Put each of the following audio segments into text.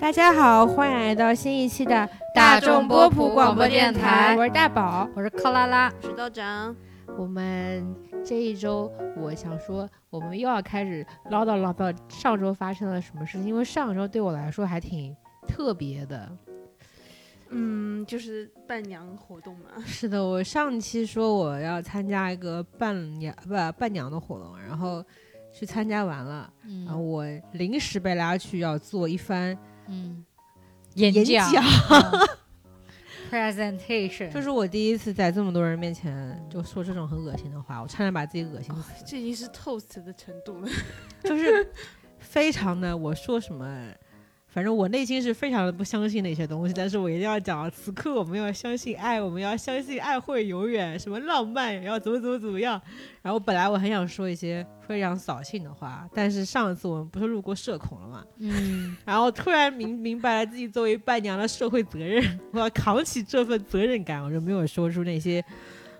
大家好，欢迎来到新一期的大众波普广播电电台我是大宝，我是克拉拉，石头长，我们这一周，我想说，我们又要开始唠叨唠叨上周发生了什么事情，因为上周对我来说还挺特别的。嗯，就是伴娘活动嘛， 是的，我上期说我要参加一个伴娘不伴娘的活动，然后去参加完了，然后嗯我临时被拉去要做一番嗯，演演讲 讲 p r e s e n t a t i o n 这是我第一次在这么多人面前就说这种很恶心的话，我差点把自己恶心死，这已经是 toast 的程度了。就是非常的我说什么。反正我内心是非常的不相信那些东西，但是我一定要讲。此刻我们要相信爱，我们要相信爱会永远，什么浪漫要怎么怎么怎么样。然后本来我很想说一些非常扫兴的话，但是上次我们不是录过社恐了嘛，嗯，然后突然明明白了自己作为伴娘的社会责任，我要扛起这份责任感，我就没有说出那些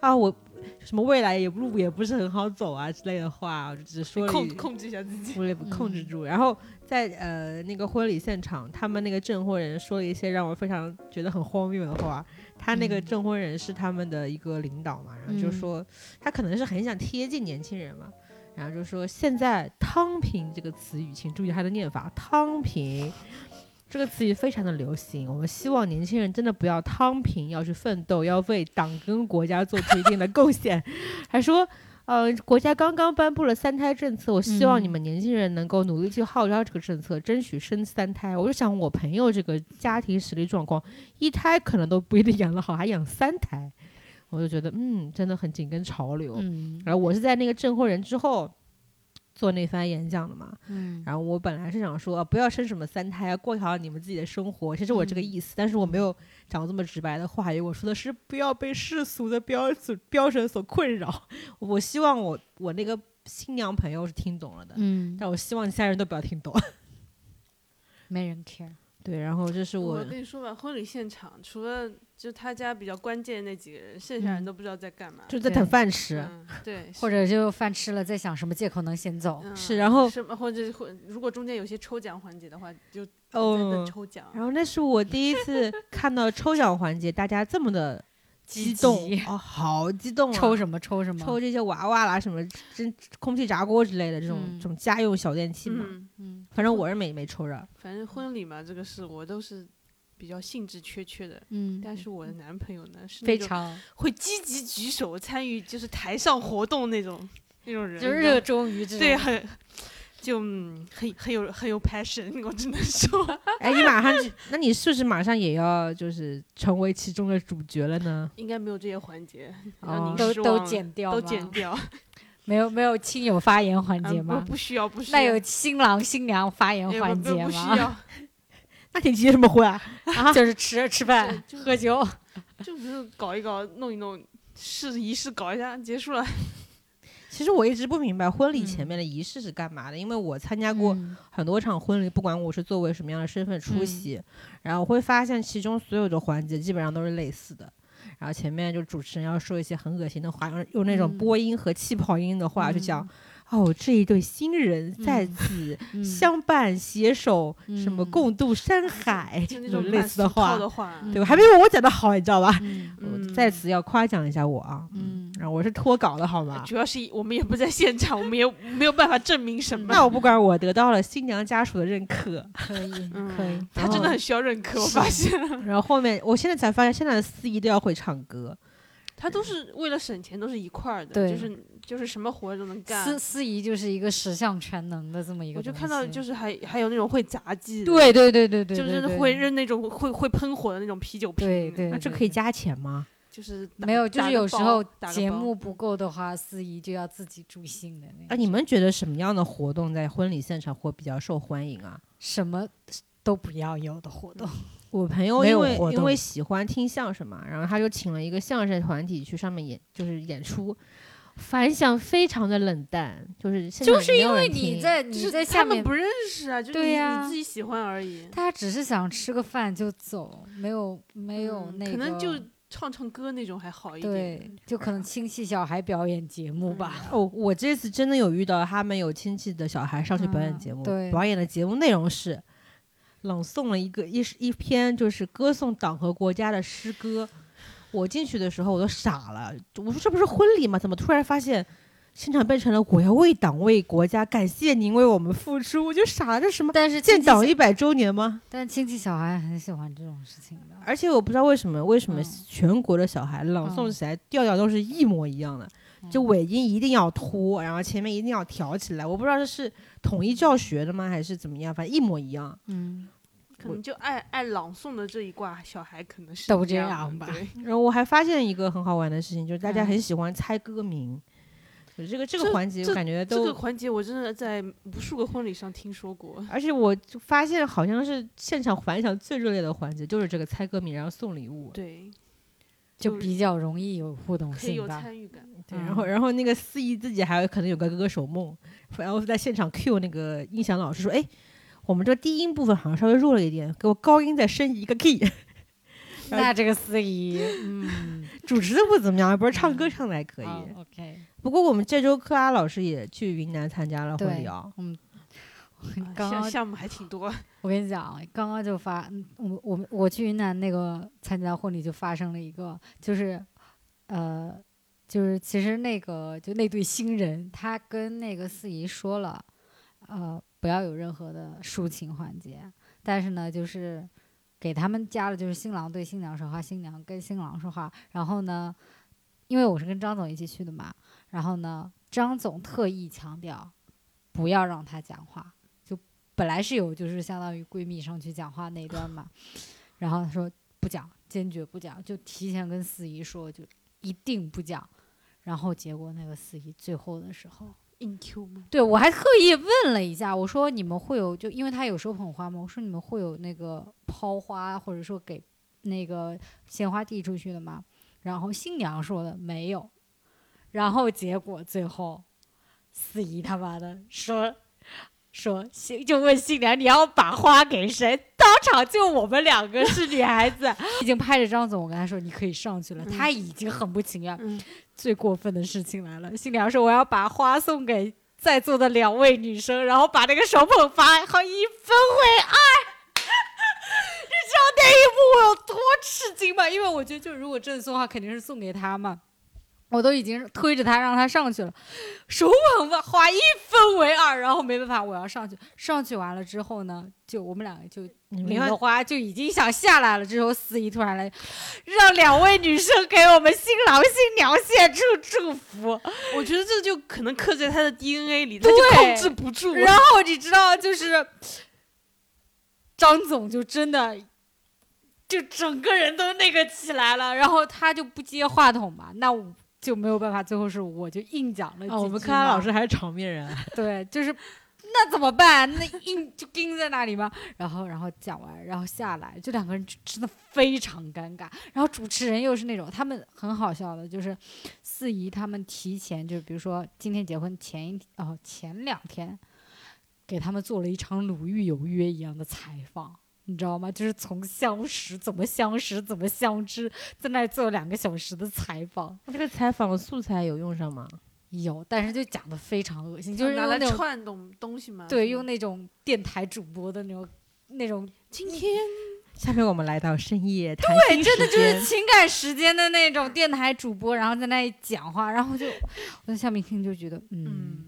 啊我什么未来也路也不是很好走啊之类的话，我就只说了控一控制一下自己，我也不嗯控制住。然后在呃那个婚礼现场，他们那个证婚人说了一些让我非常觉得很荒谬的话。他那个嗯证婚人是他们的一个领导嘛，然后就嗯说他可能是很想贴近年轻人嘛，然后就说现在“汤平”这个词语，请注意它的念法，“汤平”。这个词语非常的流行，我们希望年轻人真的不要汤平，要去奋斗，要为党跟国家做出一定的贡献。 还说，呃，国家刚刚颁布了三胎政策，我希望你嗯们年轻人能够努力去号召这个政策，争取生三胎。我就想，我朋友这个家庭实力状况，一胎可能都不一定养得好，还养三胎，我就觉得，嗯，真的很紧跟潮流。嗯然后我是在那个证婚人之后做那番演讲的嘛，嗯然后我本来是想说，啊不要生什么三胎，啊过好你们自己的生活，其实我这个意思，但是我没有讲这么直白的话语，我说的是不要被世俗的标准标准所困扰。我希望我我那个新娘朋友是听懂了的，嗯，但我希望其他人都不要听懂。 没人 care，对，然后这是我我跟你说吧，婚礼现场除了就他家比较关键的那几个人，剩下人都不知道在干嘛。就在等对饭吃。嗯，对，或者者就饭吃了，在想什么借口能先走。是然后什么，或者或如果中间有些抽奖环节的话，就在哦等，抽奖。然后那是我第一次看到抽奖环节，大家这么的激动积极哦，好激动啊！抽什么抽什么？抽这些娃娃啦，什么真空气炸锅之类的这种、嗯这种家用小电器嘛。嗯，嗯反正我是没没抽 着，反正婚礼嘛，这个事我都是比较兴致缺缺的。嗯，但是我的男朋友呢，是那非种常会积极举手参与，就是台上活动那种那种人，就你知道热吗衷于这对，种。很就嗯很很有很有 passion，我只能说哎，你马上就，那你是不是马上也要就是成为其中的主角了呢？应该没有这些环节，哦让您都失望都了剪掉都吗，剪掉，没有没有亲友发言环节嗯不吗？不需要不需要，那有新郎新娘发言哎环不不节不需吗？要，那你结什么婚啊？ 就是吃吃饭、就喝酒，就不是搞一搞弄一弄，试仪式搞一下结束了，其实我一直不明白婚礼嗯前面的仪式是干嘛的，因为我参加过嗯很多场婚礼，不管我是作为什么样的身份出席，然后我会发现其中所有的环节基本上都是类似的。然后前面就主持人要说一些很恶心的话，用用那种嗯播音和气泡音的话去讲，哦，这一对新人在嗯此嗯相伴携手，什么嗯共度山 海，就那种种类蛮似的俗套话，的话，对吧？还没有我讲的好，你知道吧？嗯我嗯在此要夸奖一下我啊，嗯然后我是脱稿的好吗？主要是我们也不在现场，我们也没有办法证明什么。那我不管，我得到了新娘家属的认可。可以嗯可以，他真的很需要认可，我发现然后后面，我现在才发现，现在的司仪都要会唱歌，他都是为了省钱，都是一块儿的，对就是就是什么活儿都能干。司司仪就是一个十项全能的这么一个我东西，就看到就是还还有那种会杂技的，对对对对对，就是对真的对会扔那种会会喷火的那种啤酒瓶，对对，那这对可以对加钱吗？就是打没有，就打是个有时包候打个节包目不够的话，司仪就要自己助兴的那啊，种，你们觉得什么样的活动在婚礼现场会比较受欢迎啊？什么都不要有的活嗯 动，我朋友没因有为活因动为喜欢听相声嘛，然后他就请了一个相声团体去上面演，就是演出，反响非常的冷淡，就是现就场是没因有人为你听在就你是在他下们面不，认识啊，就是对你呀你自己喜欢而已，他只是想吃个饭就走，没有没有嗯那个，可能就唱唱歌那种还好一对点。，嗯就可能亲戚小孩表演节目吧，哦，我这次真的有遇到他们有亲戚的小孩上去表演节目，嗯对表演的节目内容是朗诵了一个一一篇就是歌颂党和国家的诗歌。我进去的时候我都傻了，我说这不是婚礼吗？怎么突然发现现场变成了我要为党为国家，感谢您为我们付出，我就傻了，这什么但是建亲戚小党一百周年吗？但亲戚小孩很喜欢这种事情的。而且我不知道为什么，为什么嗯全国的小孩朗诵嗯起来调调都是一模一样的，就嗯尾音一定要拖，然后前面一定要挑起来。我不知道这是统一教学的吗，还是怎么样，反正一模一样。嗯，可能就爱爱朗诵的这一挂小孩可能是都这这的样吧 对然后我还发现一个很好玩的事情，就是大家嗯很喜欢猜歌名，就这个这个这环节我感觉这都，个环节我真的在无数个婚礼上听说过。而且我就发现好像是现场 反响最热烈的环节，就是这个猜歌名，然后送礼物。对，就就是比较容易有互动可以性有吧。参与感。对，然后然后那个司仪自己还有可能有个歌手梦，然后在现场 Q 那个音响老师说：“哎，我们这个低音部分好像稍微弱了一点，给我高音再升一个 key。 那这个司仪，嗯，”主持的不怎么样，不是唱歌唱的还可以。好 OK，不过我们这周克拉老师也去云南参加了婚对礼哦，我们啊刚项刚项目还挺多，我跟你讲，啊刚刚就发，嗯我我们我去云南那个参加婚礼就发生了一个，就是，呃，就是其实那个就那对新人，他跟那个司仪说了，呃，不要有任何的抒情环节，但是呢，就是给他们加了就是新郎对新娘说话，新娘跟新郎说话，然后呢，因为我是跟张总一起去的嘛，然后呢，张总特意强调不要让他讲话。本来是有就是相当于闺蜜上去讲话那一段嘛，然后她说不讲，坚决不讲，就提前跟司仪说就一定不讲。然后结果那个司仪最后的时候，硬 Q 吗？对我还特意问了一下，我说你们会有就因为他有手捧花嘛，我说你们会有那个抛花或者说给那个鲜花递出去的吗？然后新娘说的没有，然后结果最后司仪他妈的说说新就问新娘你要把花给谁？当场就我们两个是女孩子，已经拍着张总，我跟他说你可以上去了，嗯他已经很不情愿，嗯，最过分的事情来了，新娘说我要把花送给在座的两位女生，然后把那个手捧花好一分为二。 你知道那一幕我有多吃惊吗？因为我觉得，就如果真的送的话，肯定是送给他嘛。我都已经推着他让他上去了，手捧花一分为二，然后没办法，我要上去。上去完了之后呢，就我们两个就你们哦领要了嗯花就已经想下来了，之后司仪突然来，让两位女生给我们新郎新娘献出祝福。我觉得这就可能刻在他的 DNA 里，他就对控制不住。然后你知道，就是张总就真的就整个人都那个起来了，然后他就不接话筒嘛，那我就没有办法，最后是我就硬讲了几句嘛、哦，我们克拉老师还是场面人，啊对，就是那怎么办？那硬就钉在那里嘛。然后，然后讲完，然后下来，就两个人就真的非常尴尬。然后主持人又是那种他们很好笑的，就是四姨他们提前，就比如说今天结婚前一哦前两天，给他们做了一场《鲁豫有约》一样的采访。你知道吗？就是从相识怎么相识，怎么相知，在那儿做两个小时的采访， 这个采访素材有用上吗？有，但是就讲的非常恶心，就是拿用来那种串东东西嘛？对，是吗用那种电台主播的那种那嗯种，今天下面我们来到深夜谈对，心哎真的时就是间情感时间的那种电台主播，然后在那里讲话，然后就我在下面听就觉得，嗯， 嗯，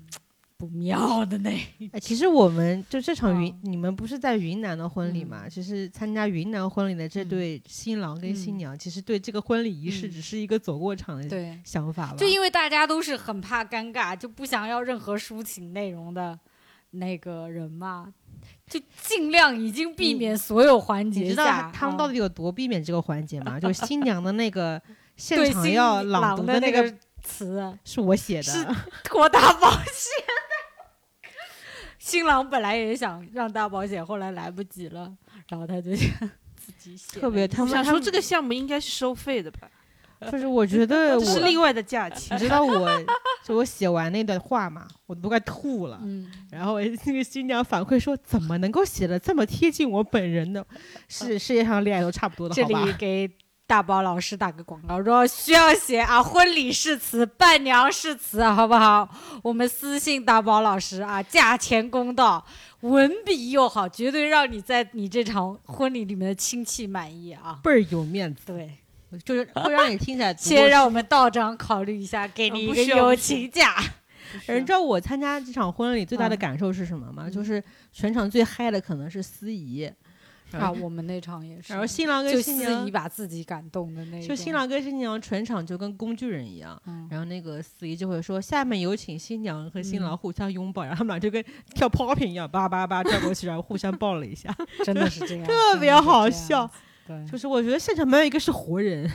不妙的那，哎，其实我们就这场云嗯，你们不是在云南的婚礼嘛？其实参加云南婚礼的这嗯对新郎跟新嗯娘，其实对这个婚礼仪式嗯只是一个走过场的对，想法吧。 就因为大家都是很怕尴尬，就不想要任何抒情内容的那个人嘛，就尽量已经避你免所有环节你下。知道他他们嗯到底有多避免这个环节吗？就是新娘的那 个现对场新要郎朗读的那个词，是我写是的，托大保险的。新郎本来也想让大保险，后来来不及了，然后他就自己写了一个。特别他我们想他说们这个项目应该是收费的吧？ 就是我觉得这我是另外的 假期你。知道我就我写完那段话嘛，我都快吐了。嗯， 然后那个新娘反馈说，怎么能够写的这么贴近我本人呢？是世界上恋爱都差不多的，嗯这好吧？里给大宝老师打个广告，说需要写啊婚礼誓词、伴娘誓词，好不好？我们私信大宝老师啊，价钱公道，文笔又好，绝对让你在你这场婚礼里面的亲戚满 意啊！倍儿有面子，对，就是会让你听起来读过先让我们道长考虑一下，给你一不个需要不友需要情价。呃你知道我参加这场婚礼最大的嗯感受是什么吗？嗯就是全场最嗨的可能是司仪，然啊，后、我们那场也是 然后，新郎就跟新司仪娘，把自己感动的那一就种新，郎跟新娘全场就跟工具人一样。嗯，然后那个司仪就会说：“下面有请新娘和新郎嗯互相拥抱。 然后他们俩就跟跳 popping 一样，叭叭叭转过去，然后互相抱了一下。真的是这 样，特别好笑真的是这样 子。对，就是我觉得现场没有一个是活人，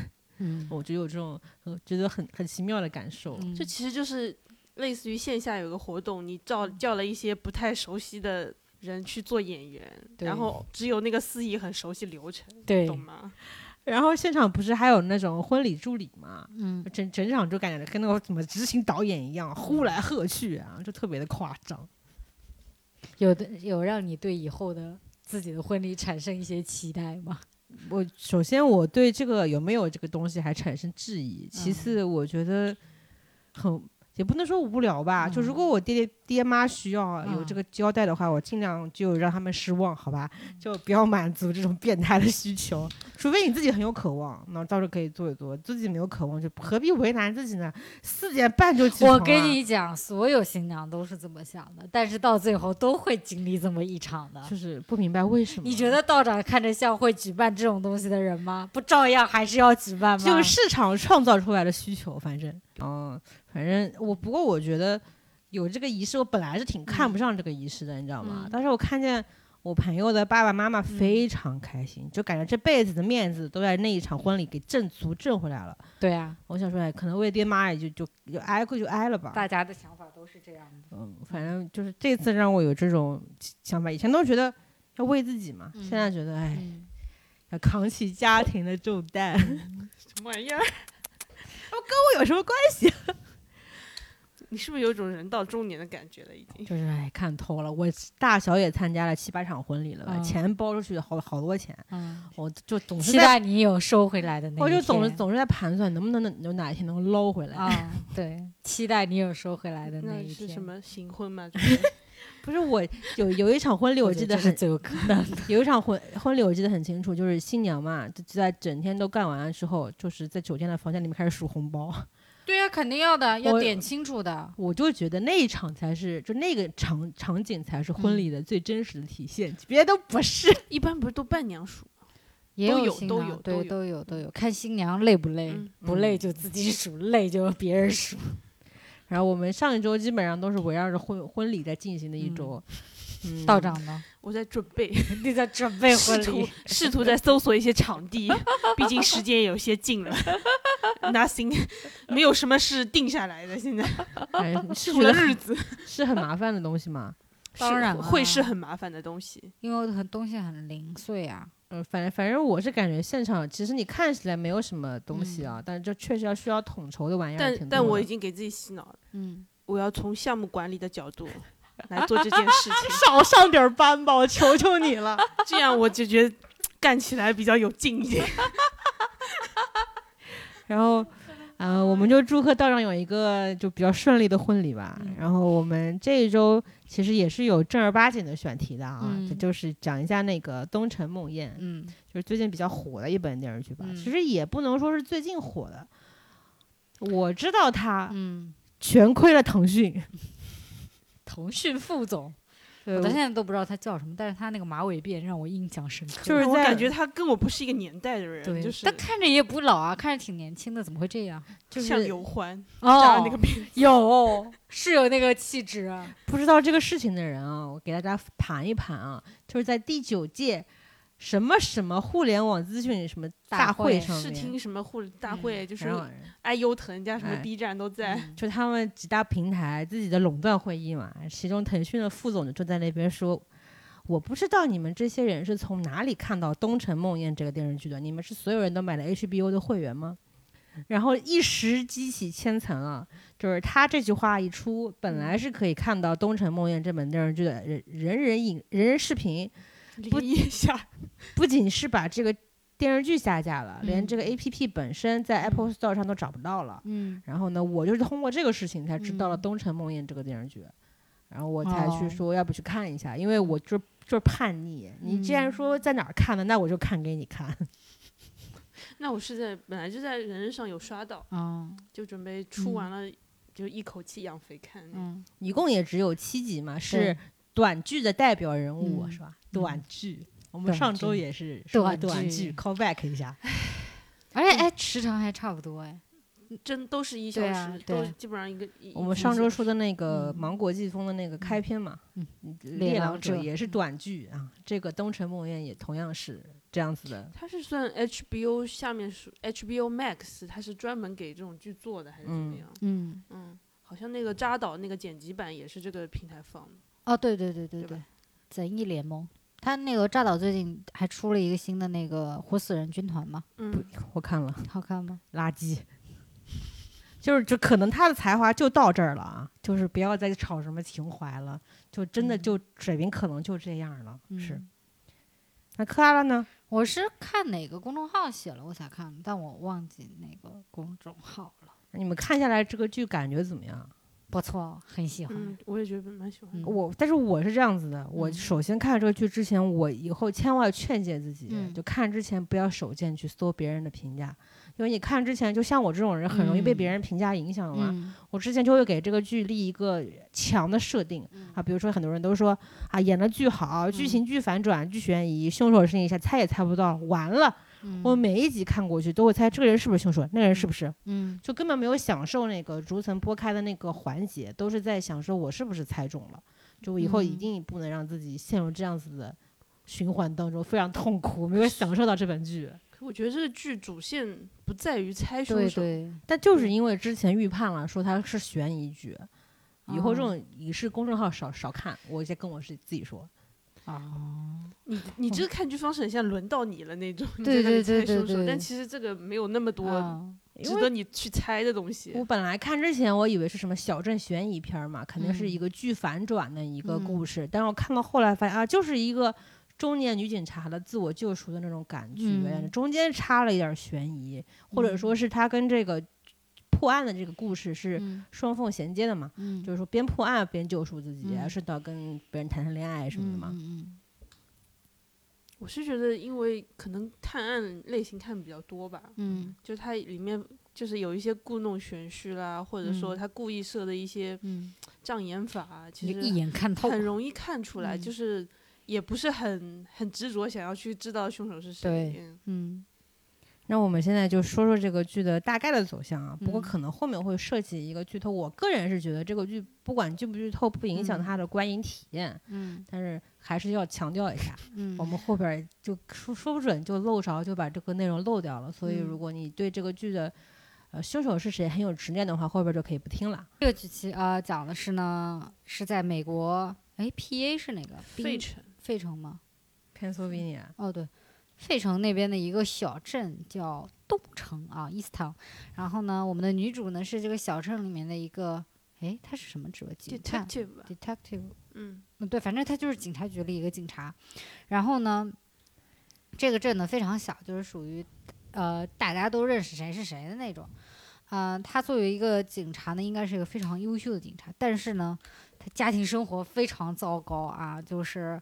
嗯我就有这种呃觉得很很奇妙的感受。嗯这其实就是类似于线下有个活动，你叫嗯叫了一些不太熟悉的人去做演员，对然后只有那个司仪很熟悉流程，对，懂吗？然后现场不是还有那种婚礼助理嘛，嗯，整整场就感觉跟那个什么执行导演一样，呼来喝去啊，就特别的夸张。有的有让你对以后的自己的婚礼产生一些期待吗？ 我首先我对这个有没有这个东西还产生质疑，嗯其次我觉得很也不能说无聊吧，就如嗯果我爹爹爹妈需要有这个交代的话，我尽量就让他们失望，好吧，嗯就不要满足这种变态的需求，除非你自己很有渴望，那到时候可以做一做，自己没有渴望就何必为难自己呢？四点半就起床、啊我跟。你讲，所有新娘都是这么想的，但是到最后都会经历这么一场的。就是不明白为什么，你觉得道长看着像会举办这种东西的人吗？不照样还是要举办吗？就是市场创造出来的需求，反正，嗯，哦反正我不过我觉得有这个仪式，我本来是挺看不上这个仪式的，你知道吗？嗯但是我看见我朋友的爸爸妈妈非常开心，就感觉这辈子的面子都在那一场婚礼给挣足挣回来了。对啊，我想说，哎，可能为爹妈也就就就挨过就挨了吧。大家的想法都是这样的。嗯，反正就是这次让我有这种想法，以前都觉得要为自己嘛，嗯现在觉得哎，嗯，要扛起家庭的重 担。什么玩意儿？ 我有什么关？你是不是有种人到中年的感觉了？已经就是哎，看透了。我大小也参加了七八场婚礼了吧，嗯钱包出去好好多钱，嗯我就总是期在，待你有收回来的那一天。我就总是总是在盘算能不能有哪一天能够捞回来。啊、对，期待你有收回来的那一是天。什么新 婚吗？就是不是我有有一场婚礼，我记得这是很最有可能的。有一场婚婚礼，我记得很清楚，就是新娘嘛，就在整天都干完了之后，就是在酒店的房间里面开始数红包。 对呀、肯定要的，我清楚的。我就觉得那一场才是，就那个场场景才是婚嗯礼的最真实的体现， 别的都不是。一般不是都伴娘数，也都有有新都郎有对，都都有都有，看新娘累不累，嗯不累嗯就自己数，累就别人数。然后我们上一周基本上都是围绕着婚婚礼在进行的一嗯 周。嗯道长呢？我在准备，你在准备婚试图礼，试图在搜索一些场地，毕竟时间也有些近了。Nothing，没 有什么是定下来的，现在哎， 是除觉了得日子。是很麻烦的东西吗？当然是会啦是很麻烦的东西。因为很东西很零碎啊。呃，反正反正我是感觉现场其实你看起来没有什么东西啊，但是这确实要需要统筹的玩意儿挺但多但我的已经给自己洗脑了，嗯，我要从项目管理的角度来做这件事情， 少上点儿班吧，我求求你了。这样我就觉得干起来比较有劲一点。 然后，呃，我们就祝贺道长有一个就比较顺利的婚礼吧。嗯然后我们这一周其实也是有正儿八经的选题的啊，嗯这就是讲一下那个《东城梦魇》，嗯，就是最近比较火的一本电视剧吧。嗯其实也不能说是最近火的，我知道啊它嗯，全亏了腾讯。腾讯副总，对我到现在都不知道他叫什么，但是他那个马尾辫让我印象深刻。就是我在感觉他跟我不是一个年代的人，对，就是但看着也不老啊，看着挺年轻的，怎么会这样？就是像刘欢扎哦，那个辫，有是有那个气质啊。不知道这个事情的人啊，我给大家盘一盘啊，就是在第九届什么什么互联网资讯什么大大会会上是面，听什么互大嗯会，就是然后爱优腾加什么哎 B 站都在。嗯就他们几大平台自己的垄断会议嘛，其中腾讯的副总就在那边说。我不知道你们这些人是从哪里看到《东城梦魇》这个电视剧的？你们是所有人都买了 HBO 的会员吗？然后一石激起千层啊！就是他这句话一出，本来是可以看到《东城梦魇》这本电视剧的人人人影人人视频，林一下，不仅是把这个电视剧下架了，连嗯这个 APP 本身在 Apple Store 上都找不到了。嗯，然后呢，我就是通过这个事情才知道了《嗯东城梦魇》这个电视剧，然后我才去哦说要不去看一下，因为我就就是叛逆。你既然嗯说在哪儿看的，那我就看给你看。 那我是在本来就在人人上有刷到，哦，就准备出完了，就一口气养肥看。嗯，一共也只有七集嘛，是对短剧的代表人物、嗯是吧？短剧，我们短上周剧也是说短短剧剧 call back 一下，而且哎，时长还差不多哎，真都是一小对啊时，对都啊是基本上一个。一我们上周说的那个嗯《芒果季风》的那个开篇嘛，嗯嗯《猎猎狼狼者者》也是嗯短剧啊，这个《东城梦魇》也同样是这样子的。它是算 HBO 下面是 HBO Max，它是专门给这种剧做的还是怎么嗯样？嗯，嗯好像那个扎导那个剪辑版也是这个平台放的。哦，对对对对对吧对，正义联盟，他那个扎导最近还出了一个新的那个活死人军团嘛，嗯，我看了，好看吗？垃圾。就是，就可能他的才华就到这儿了啊！就是不要再炒什么情怀了，就真的嗯就水平可能就这样了。是，嗯，那克拉拉呢？我是看哪个公众号写了我才看的，但我忘记哪个公众号了。你们看下来这个剧感觉怎么样？不错，很喜欢。嗯，我也觉得蛮喜欢的。嗯我但是我是这样子的，我嗯首先看这个剧之前，我以后千万劝诫自己，嗯就看之前不要手贱去搜别人的评价，因为你看之前，就像我这种人，很容易被别人评价影响嘛。嗯我之前就会给这个剧立一个强的设定嗯啊，比如说很多人都说啊演的巨好，剧情巨反转、巨悬疑，凶手是你一下猜也猜不到，完了，嗯我每一集看过去都会猜这个人是不是凶手，那个人是不是，嗯就根本没有享受那个逐层剥开的那个环节，都是在享受我是不是猜中了。就我以后一嗯定不能让自己陷入这样子的循环当中，非常痛苦，没有享受到这本剧。可我觉得这个剧主线不在于猜凶对手，对，但就是因为之前预判了，说它是悬疑剧，以后这哦种影视公众号少少看。我先跟我是自己说，哦，你你这个看剧方式很像轮到你了那种，你对在那里对对猜凶对手，对但其实这个没有那么多啊因值为得你去猜的东西。我本来看之前，我以为是什么小镇悬疑片儿嘛，肯定是一嗯个剧反转的一个嗯故事。但是我看到后来发现啊，就是一个中年女警察的自我救赎的那种感觉，嗯中间插了一点儿悬疑，或者说是它跟这个破案的这个故事是嗯双缝衔接的嘛，嗯，就是说边破案边救赎自己，嗯顺道跟别人谈谈恋爱什么的嘛。嗯我是觉得，因为可能探案类型看比较多吧，嗯就它里面就是有一些故弄玄虚啦，或者说嗯他故意设的一些嗯，障眼法啊，就其一实眼看透。很容易看出来，嗯就是也不是很很执着想要去知道凶手是谁。对嗯嗯那我们现在就说说这个剧的大概的走向啊，不过嗯可能后面会涉及一个剧透。我个人是觉得这个剧不管剧不剧透，不影响嗯它的观影体验，嗯但是还是要强调一下，嗯，我们后边儿就说说不准就漏勺就把这个内容漏掉了。所以嗯如果你对这个剧的呃凶手是谁很有执念的话，后边儿就可以不听了。这个剧期啊讲的是呢，是在美国，哎，P A 是哪个？费宾城，费城吗？ Pennsylvania，哦，对，费城那边的一个小镇叫东城啊，East Town。然后呢，我们的女主呢是这个小镇里面的一个，哎，她是什么职位？警探 detective 吧， ，detective。嗯，嗯，对，反正她就是警察局里一个警察。然后呢，这个镇呢非常小，就是属于呃大家都认识谁是谁的那种。呃，她作为一个警察呢，应该是一个非常优秀的警察，但是呢，她家庭生活非常糟糕啊，就是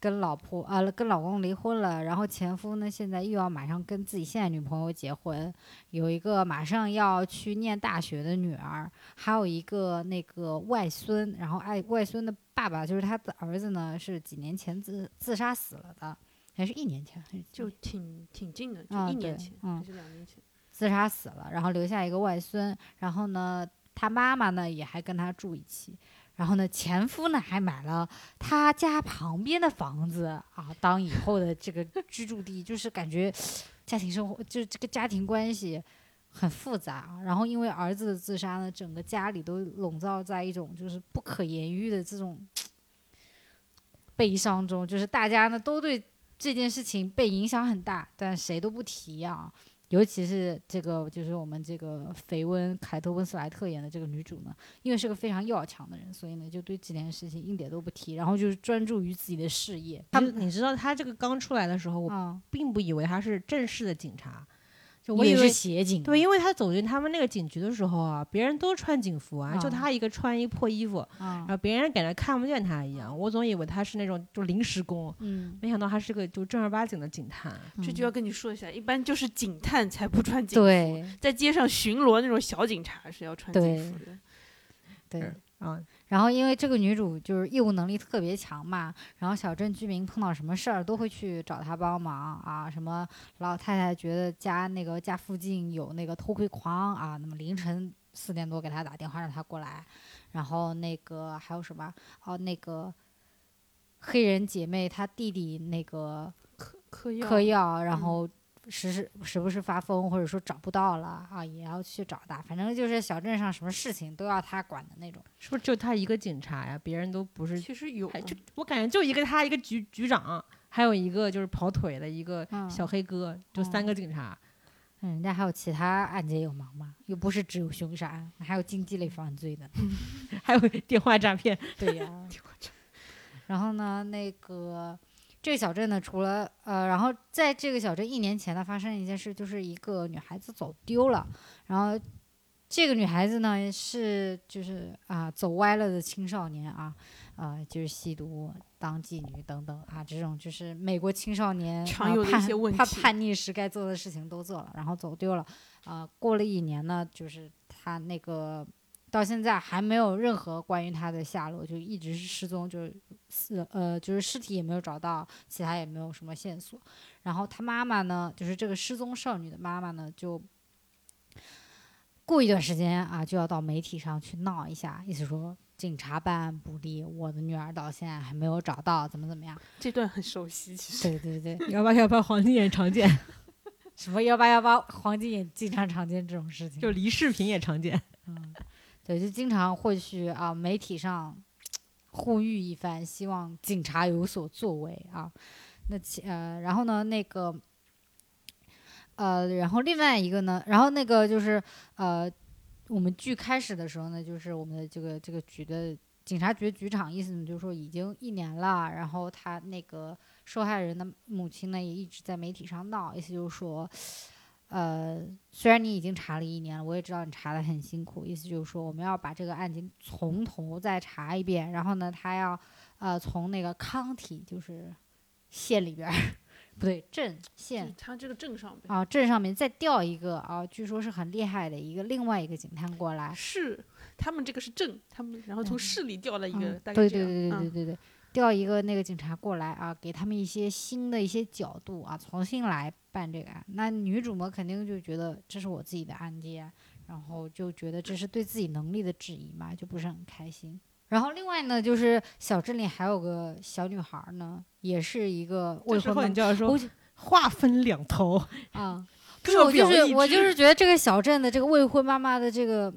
跟老婆啊、跟老公离婚了，然后前夫呢现在又要马上跟自己现在女朋友结婚，有一个马上要去念大学的女儿，还有一个那个外孙，然后爱外孙的爸爸就是他的儿子呢，是几年前自自杀死了的，还是一年前还是就挺挺近的，就嗯啊一对年前、嗯还是两年前。自杀死了，然后留下一个外孙，然后呢，他妈妈呢也还跟他住一起，然后呢，前夫呢还买了他家旁边的房子啊，当以后的这个居住地，就是感觉家庭生活，就是这个家庭关系很复杂。啊然后因为儿子的自杀呢，整个家里都笼罩在一种就是不可言喻的这种悲伤中，就是大家呢都对这件事情被影响很大，但谁都不提啊。尤其是这个就是我们这个绯闻凯特温斯莱特演的这个女主呢，因为是个非常要强的人，所以呢就对这件事情一点都不提，然后就是专注于自己的事业。他你知道他这个刚出来的时候，我啊，并不以为他是正式的警察，就我我以是为协警，对，因为他走进他们那个警局的时候啊，别人都穿警服啊，就啊他一个穿一破衣服，啊然，后别人感觉看不见他一样。我总以为他是那种就临时工，嗯，没想到他是个就正儿八经的警探。这就嗯要跟你说一下，一般就是警探才不穿警服，对在街上巡逻那种小警察是要穿警服的。对。啊，然后因为这个女主就是业务能力特别强嘛，然后小镇居民碰到什么事儿都会去找她帮忙啊，什么老太太觉得家那个家附近有那个偷窥狂啊，那么凌晨四点多给她打电话让她过来，然后那个还有什么哦那个黑人姐妹她弟弟那个嗑嗑嗑药，然嗯后时时时不时发疯，或者说找不到了啊，也要去找她，反正就是小镇上什么事情都要她管的那种。是不是就他一个警察呀？别人都不是，哎其实有还就我感觉就一个他一个局局长，还有一个就是跑腿的一个嗯小黑哥，就三个警察。嗯，人家还有其他案件有忙嘛，又不是只有凶杀案，还有经济类犯罪呢。还有电话诈骗，对呀、 然后呢，那个这个小镇呢，除了呃，然后在这个小镇一年前呢，发生了一件事，就是一个女孩子走丢了，然后。这个女孩子呢是就是啊、走歪了的青少年啊，啊、就是吸毒、当妓女等等啊，这种就是美国青少年常啊有的一叛些问叛题叛逆时该做的事情都做了，然后走丢了，啊、过了一年呢，就是她那个到现在还没有任何关于她的下落，就一直是失踪，就是死呃，就是尸体也没有找到，其他也没有什么线索。然后她妈妈呢，就是这个失踪少女的妈妈呢，就过一段时间啊，就要到媒体上去闹一下，意思说警察办案不力，我的女儿到现在还没有找到，怎么怎么样？这段很熟悉，其实对对对， 幺八幺八黄金眼常见，什么幺八幺八黄金眼经常常见这种事情，就离视频也常见。嗯，对，就经常会去啊媒体上呼吁一番，希望警察有所作为啊。那其呃，然后呢，那个呃，然后另外一个呢，然后那个就是呃，我们剧开始的时候呢，就是我们的这个这个局的警察局局长，意思呢就是说已经一年了，然后他那个受害人的母亲呢也一直在媒体上闹，意思就是说，呃，虽然你已经查了一年了，我也知道你查的很辛苦，意思就是说我们要把这个案件从头再查一遍，然后呢，他要呃从那个康体就是县里边儿， 不对镇县就。他这个镇上呗，啊，镇上面再调一个啊，据说是很厉害的一个另外一个警探过来，市他们这个是镇，他们然后啊嗯从市里调了一个，嗯大概对这对样对对对嗯对对，调一个那个警察过来啊，给他们一些新的一些角度啊，重新来办这个案。那女主嘛，肯定就觉得这是我自己的案件，然后就觉得这是对自己能力的质疑嘛，就不是很开心。然后另外呢，就是小镇里还有个小女孩儿呢，也是一个未这时婚候的你就要说我就话分两头，啊， 各不是我就表是一我就枝是觉得这个小镇的这个未婚妈妈的这个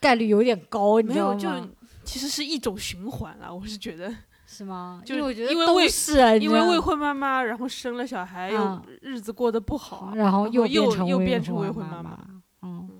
概率有点高，你没知道有吗？就其实是一种循环了，我是觉得，是吗？就因为是我觉得因为都未是啊你因知为道未吗婚妈妈，然后生了小孩，啊又日子过得不好，啊然后又变又成又未变成未婚婚妈妈妈。嗯嗯，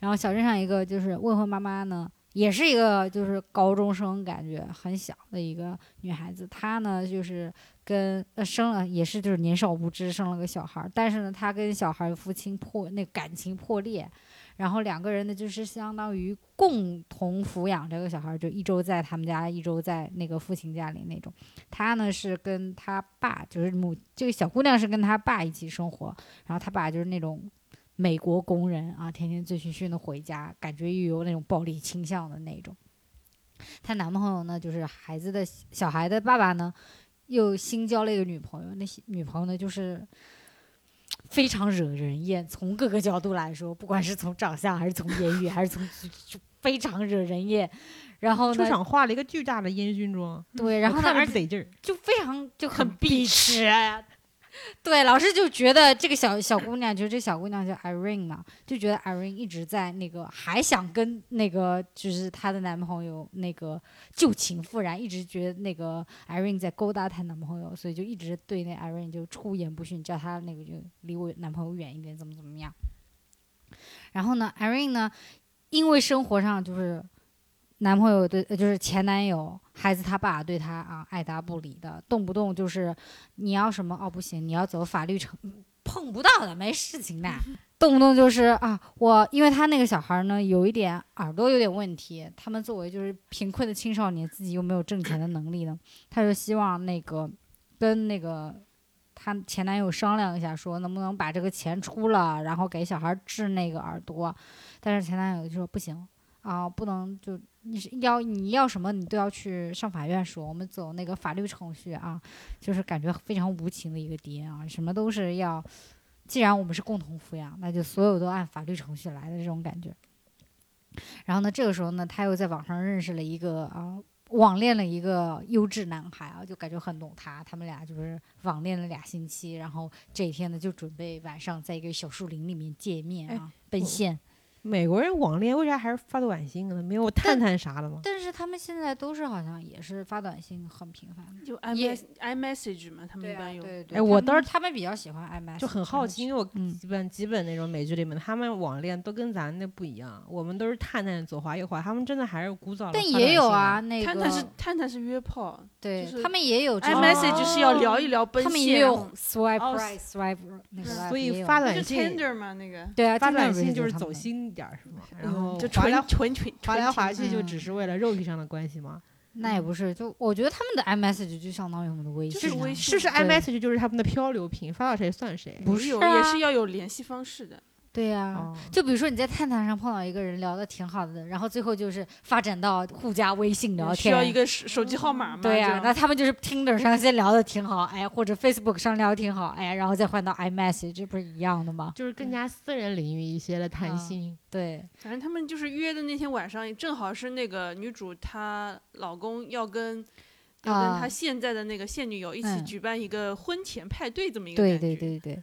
然后小镇上一个就是未婚妈妈呢，也是一个就是高中生，感觉很小的一个女孩子。她呢就是跟呃生了也是就是年少无知生了个小孩，儿，但是呢她跟小孩儿父亲破那感情破裂，然后两个人呢就是相当于共同抚养这个小孩，儿，就一周在他们家，一周在那个父亲家里那种。她呢是跟她爸，就是母这个小姑娘是跟她爸一起生活，然后她爸就是那种美国工人啊，天天醉醺醺的回家，感觉又有那种暴力倾向的那种。她男朋友呢，就是孩子的小孩的爸爸呢，又新交了一个女朋友，那些女朋友呢就是。非常惹人厌，从各个角度来说，不管是从长相，还是从言语，还是从就就非常惹人厌。然后出呢，场化了一个巨大的烟熏妆，对，然我后呢，看着而不得劲儿。就非常就很鄙鄙视、啊， 对，老师就觉得这个小小姑娘，就这小姑娘叫 Irene 嘛，就觉得 Irene 一直在那个还想跟那个就是她的男朋友那个旧情复燃，一直觉得那个 Irene 在勾搭她男朋友，所以就一直对那 Irene 就出言不逊，叫她那个就离我男朋友远一点，怎么怎么样。然后呢，Irene 呢，因为生活上就是男朋友对，呃就是前男友，孩子他爸对他啊爱答不理的，动不动就是你要什么哦不行，你要走法律程，碰不到的，没事情的， 动不动就是啊我，因为他那个小孩呢有一点耳朵有点问题，他们作为就是贫困的青少年，自己又没有挣钱的能力呢，他就希望那个跟那个她前男友商量一下，说能不能把这个钱出了，然后给小孩治那个耳朵。但是前男友就说不行啊，不能就你是要你要什么，你都要去上法院说，我们走那个法律程序啊，就是感觉非常无情的一个爹啊，什么都是要，既然我们是共同抚养，那就所有都按法律程序来的这种感觉。然后呢，这个时候呢，他又在网上认识了一个啊网恋了一个优质男孩啊，就感觉很懂他。他们俩就是网恋了俩星期，然后这一天呢，就准备晚上在一个小树林里面见面啊，奔我现。美国人网恋为啥还是发短信呢？没有探探啥的吗？但是他们现在都是好像也是发短信很频繁的。就也 iMess iMessage 嘛，他们一般用。对哎我他当们时他们比较喜欢 i m 就很好奇，因为我嗯基本基本那种美剧里面，他们网恋都跟咱那不一样，我们都是探探左滑右滑，他们真的还是古早的。但也有啊，，那探探是个探探是约炮对、就是他们也有这种，iMessage 是要聊一聊奔他们现，也然有后 swipe 哦 right swipe 那个 right，所也以有发那就短信 Tinder 嘛，那个对啊，发 Tinder 短也信就是他们走的心一点儿是吗？然嗯后就划纯来纯纯划来划去就嗯只是为了肉体上的关系吗？那也不是，就我觉得他们的 iMessage 就相当于我们的微就信、啊，是微信是不是 iMessage 就是他们的漂流瓶，发到谁算谁？不是是有啊也是要有联系方式的。对呀、哦就比如说你在探探上碰到一个人聊的挺好的，然后最后就是发展到互加微信聊天，嗯需要一个手手机号码嘛？对呀、这那样他们就是嗯 Tinder 上先聊的挺好，哎，或者 Facebook 上聊得挺好，哎，然后再换到 iMessage，这不是一样的吗？就是更加私人领域一些的谈嗯心。对，反正他们就是约的那天晚上，正好是那个女主她老公要跟。要跟啊她现在的那个现女友一起嗯举办一个婚前派对，这么一个对感觉。对对对。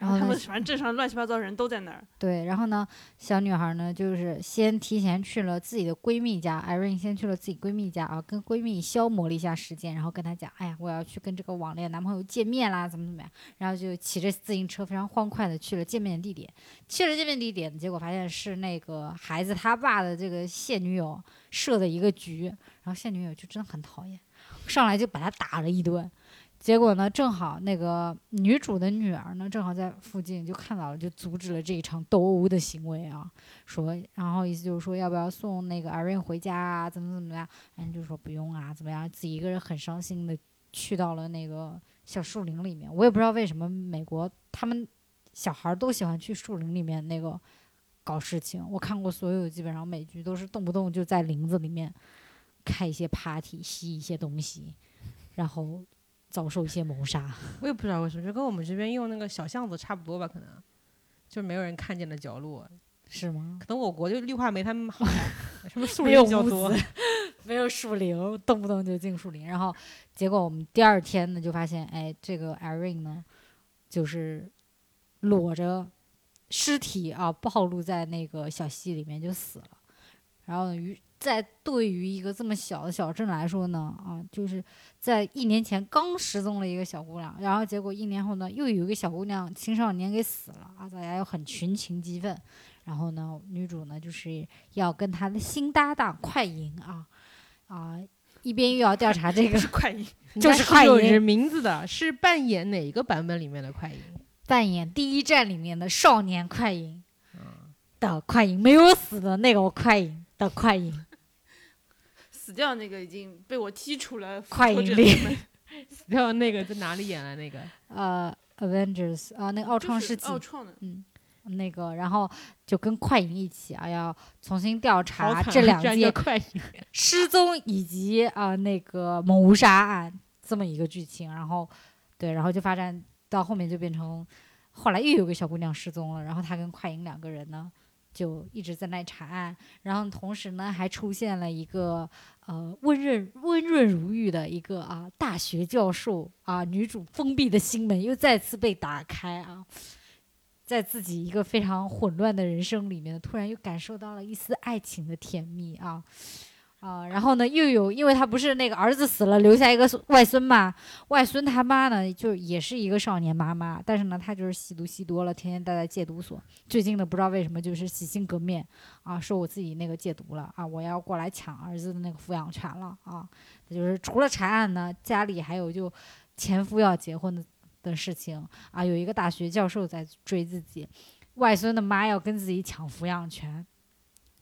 然然后后他们呢，反正镇上乱七八糟的人都在那儿，对，然后呢，小女孩呢，就是先提前去了自己的闺蜜家，Irene 先去了自己闺蜜家啊，跟闺蜜消磨了一下时间，然后跟她讲，哎呀，我要去跟这个网恋男朋友见面啦，怎么怎么样，然后就骑着自行车非常欢快的去了见面地点，去了见面地点，结果发现是那个孩子他爸的这个现女友设的一个局，然后现女友就真的很讨厌，上来就把他打了一顿。结果呢，正好那个女主的女儿呢，正好在附近就看到了，就阻止了这一场斗殴的行为啊，说，然后意思就是说要不要送那个 Irene 回家啊，怎么怎么样，人就说不用啊，怎么样，自己一个人很伤心的去到了那个小树林里面，我也不知道为什么美国他们小孩儿都喜欢去树林里面那个搞事情，我看过所有基本上美剧都是动不动就在林子里面开一些 party，吸一些东西，然后遭受一些谋杀。 我也不知道为什么，就跟我们这边用那个小巷子差不多吧，可能就没有人看见的角落，是吗？可能我国就绿化没他们好，什么树没林有比较屋多子。 没有树林，动不动就进树林。然后结果我们第二天呢，就发现，哎，这个 Irene 呢，就是裸着尸体啊，暴露在那个小溪里面就死了。然后呢，于在对于一个这么小的小镇来说呢，啊，就是在一年前刚失踪了一个小姑娘，然后结果一年后呢，又有一个小姑娘青少年给死了啊，大家又很群情激愤。然后呢，女主呢就是要跟她的新搭档快银啊啊，一边又要调 查这个快一人就家是是快有银人名字的，是扮演哪一个版本里面的快银？ 扮演第一站里面的少年快银嗯，的快银，没有死的那个快银的快银，死掉那个已经被我踢出了复快仇银者里联盟死掉的那个在哪里演了那个？ 呃，Avengers 啊、那个奥就创是世纪奥哦创的，那个，然后就跟快银一起啊，要重新调好查惨这啊两居然件叫快银，失踪以及啊、呃那个谋杀案这么一个剧情，然后对，然后就发展到后面就变成，后来又有个小姑娘失踪了，然后她跟快银两个人呢就一直在那查案，然后同时呢还出现了一个呃温润温润如玉的一个啊大学教授啊，女主封闭的心门又再次被打开啊，在自己一个非常混乱的人生里面，突然又感受到了一丝爱情的甜蜜啊。啊，然后呢，又有，因为他不是那个儿子死了，留下一个孙外孙嘛，外孙他妈呢，就是也是一个少年妈妈，但是呢，她就是吸毒吸多了，天天待在戒毒所。最近呢，不知道为什么就是洗心革面啊，说我自己那个戒毒了啊，我要过来抢儿子的那个抚养权了啊。就是除了查案呢，家里还有就前夫要结婚的的事情啊，有一个大学教授在追自己，外孙的妈要跟自己抢抚养权。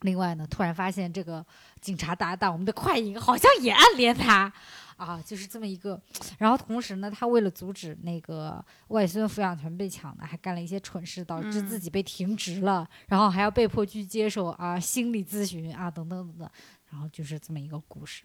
另外呢，突然发现这个警察搭档我们的快银好像也暗恋他，啊，就是这么一个。然后同时呢，他为了阻止那个外孙抚养权被抢呢，还干了一些蠢事，导致自己被停职了，然后还要被迫去接受啊心理咨询啊等等等等。然后就是这么一个故事。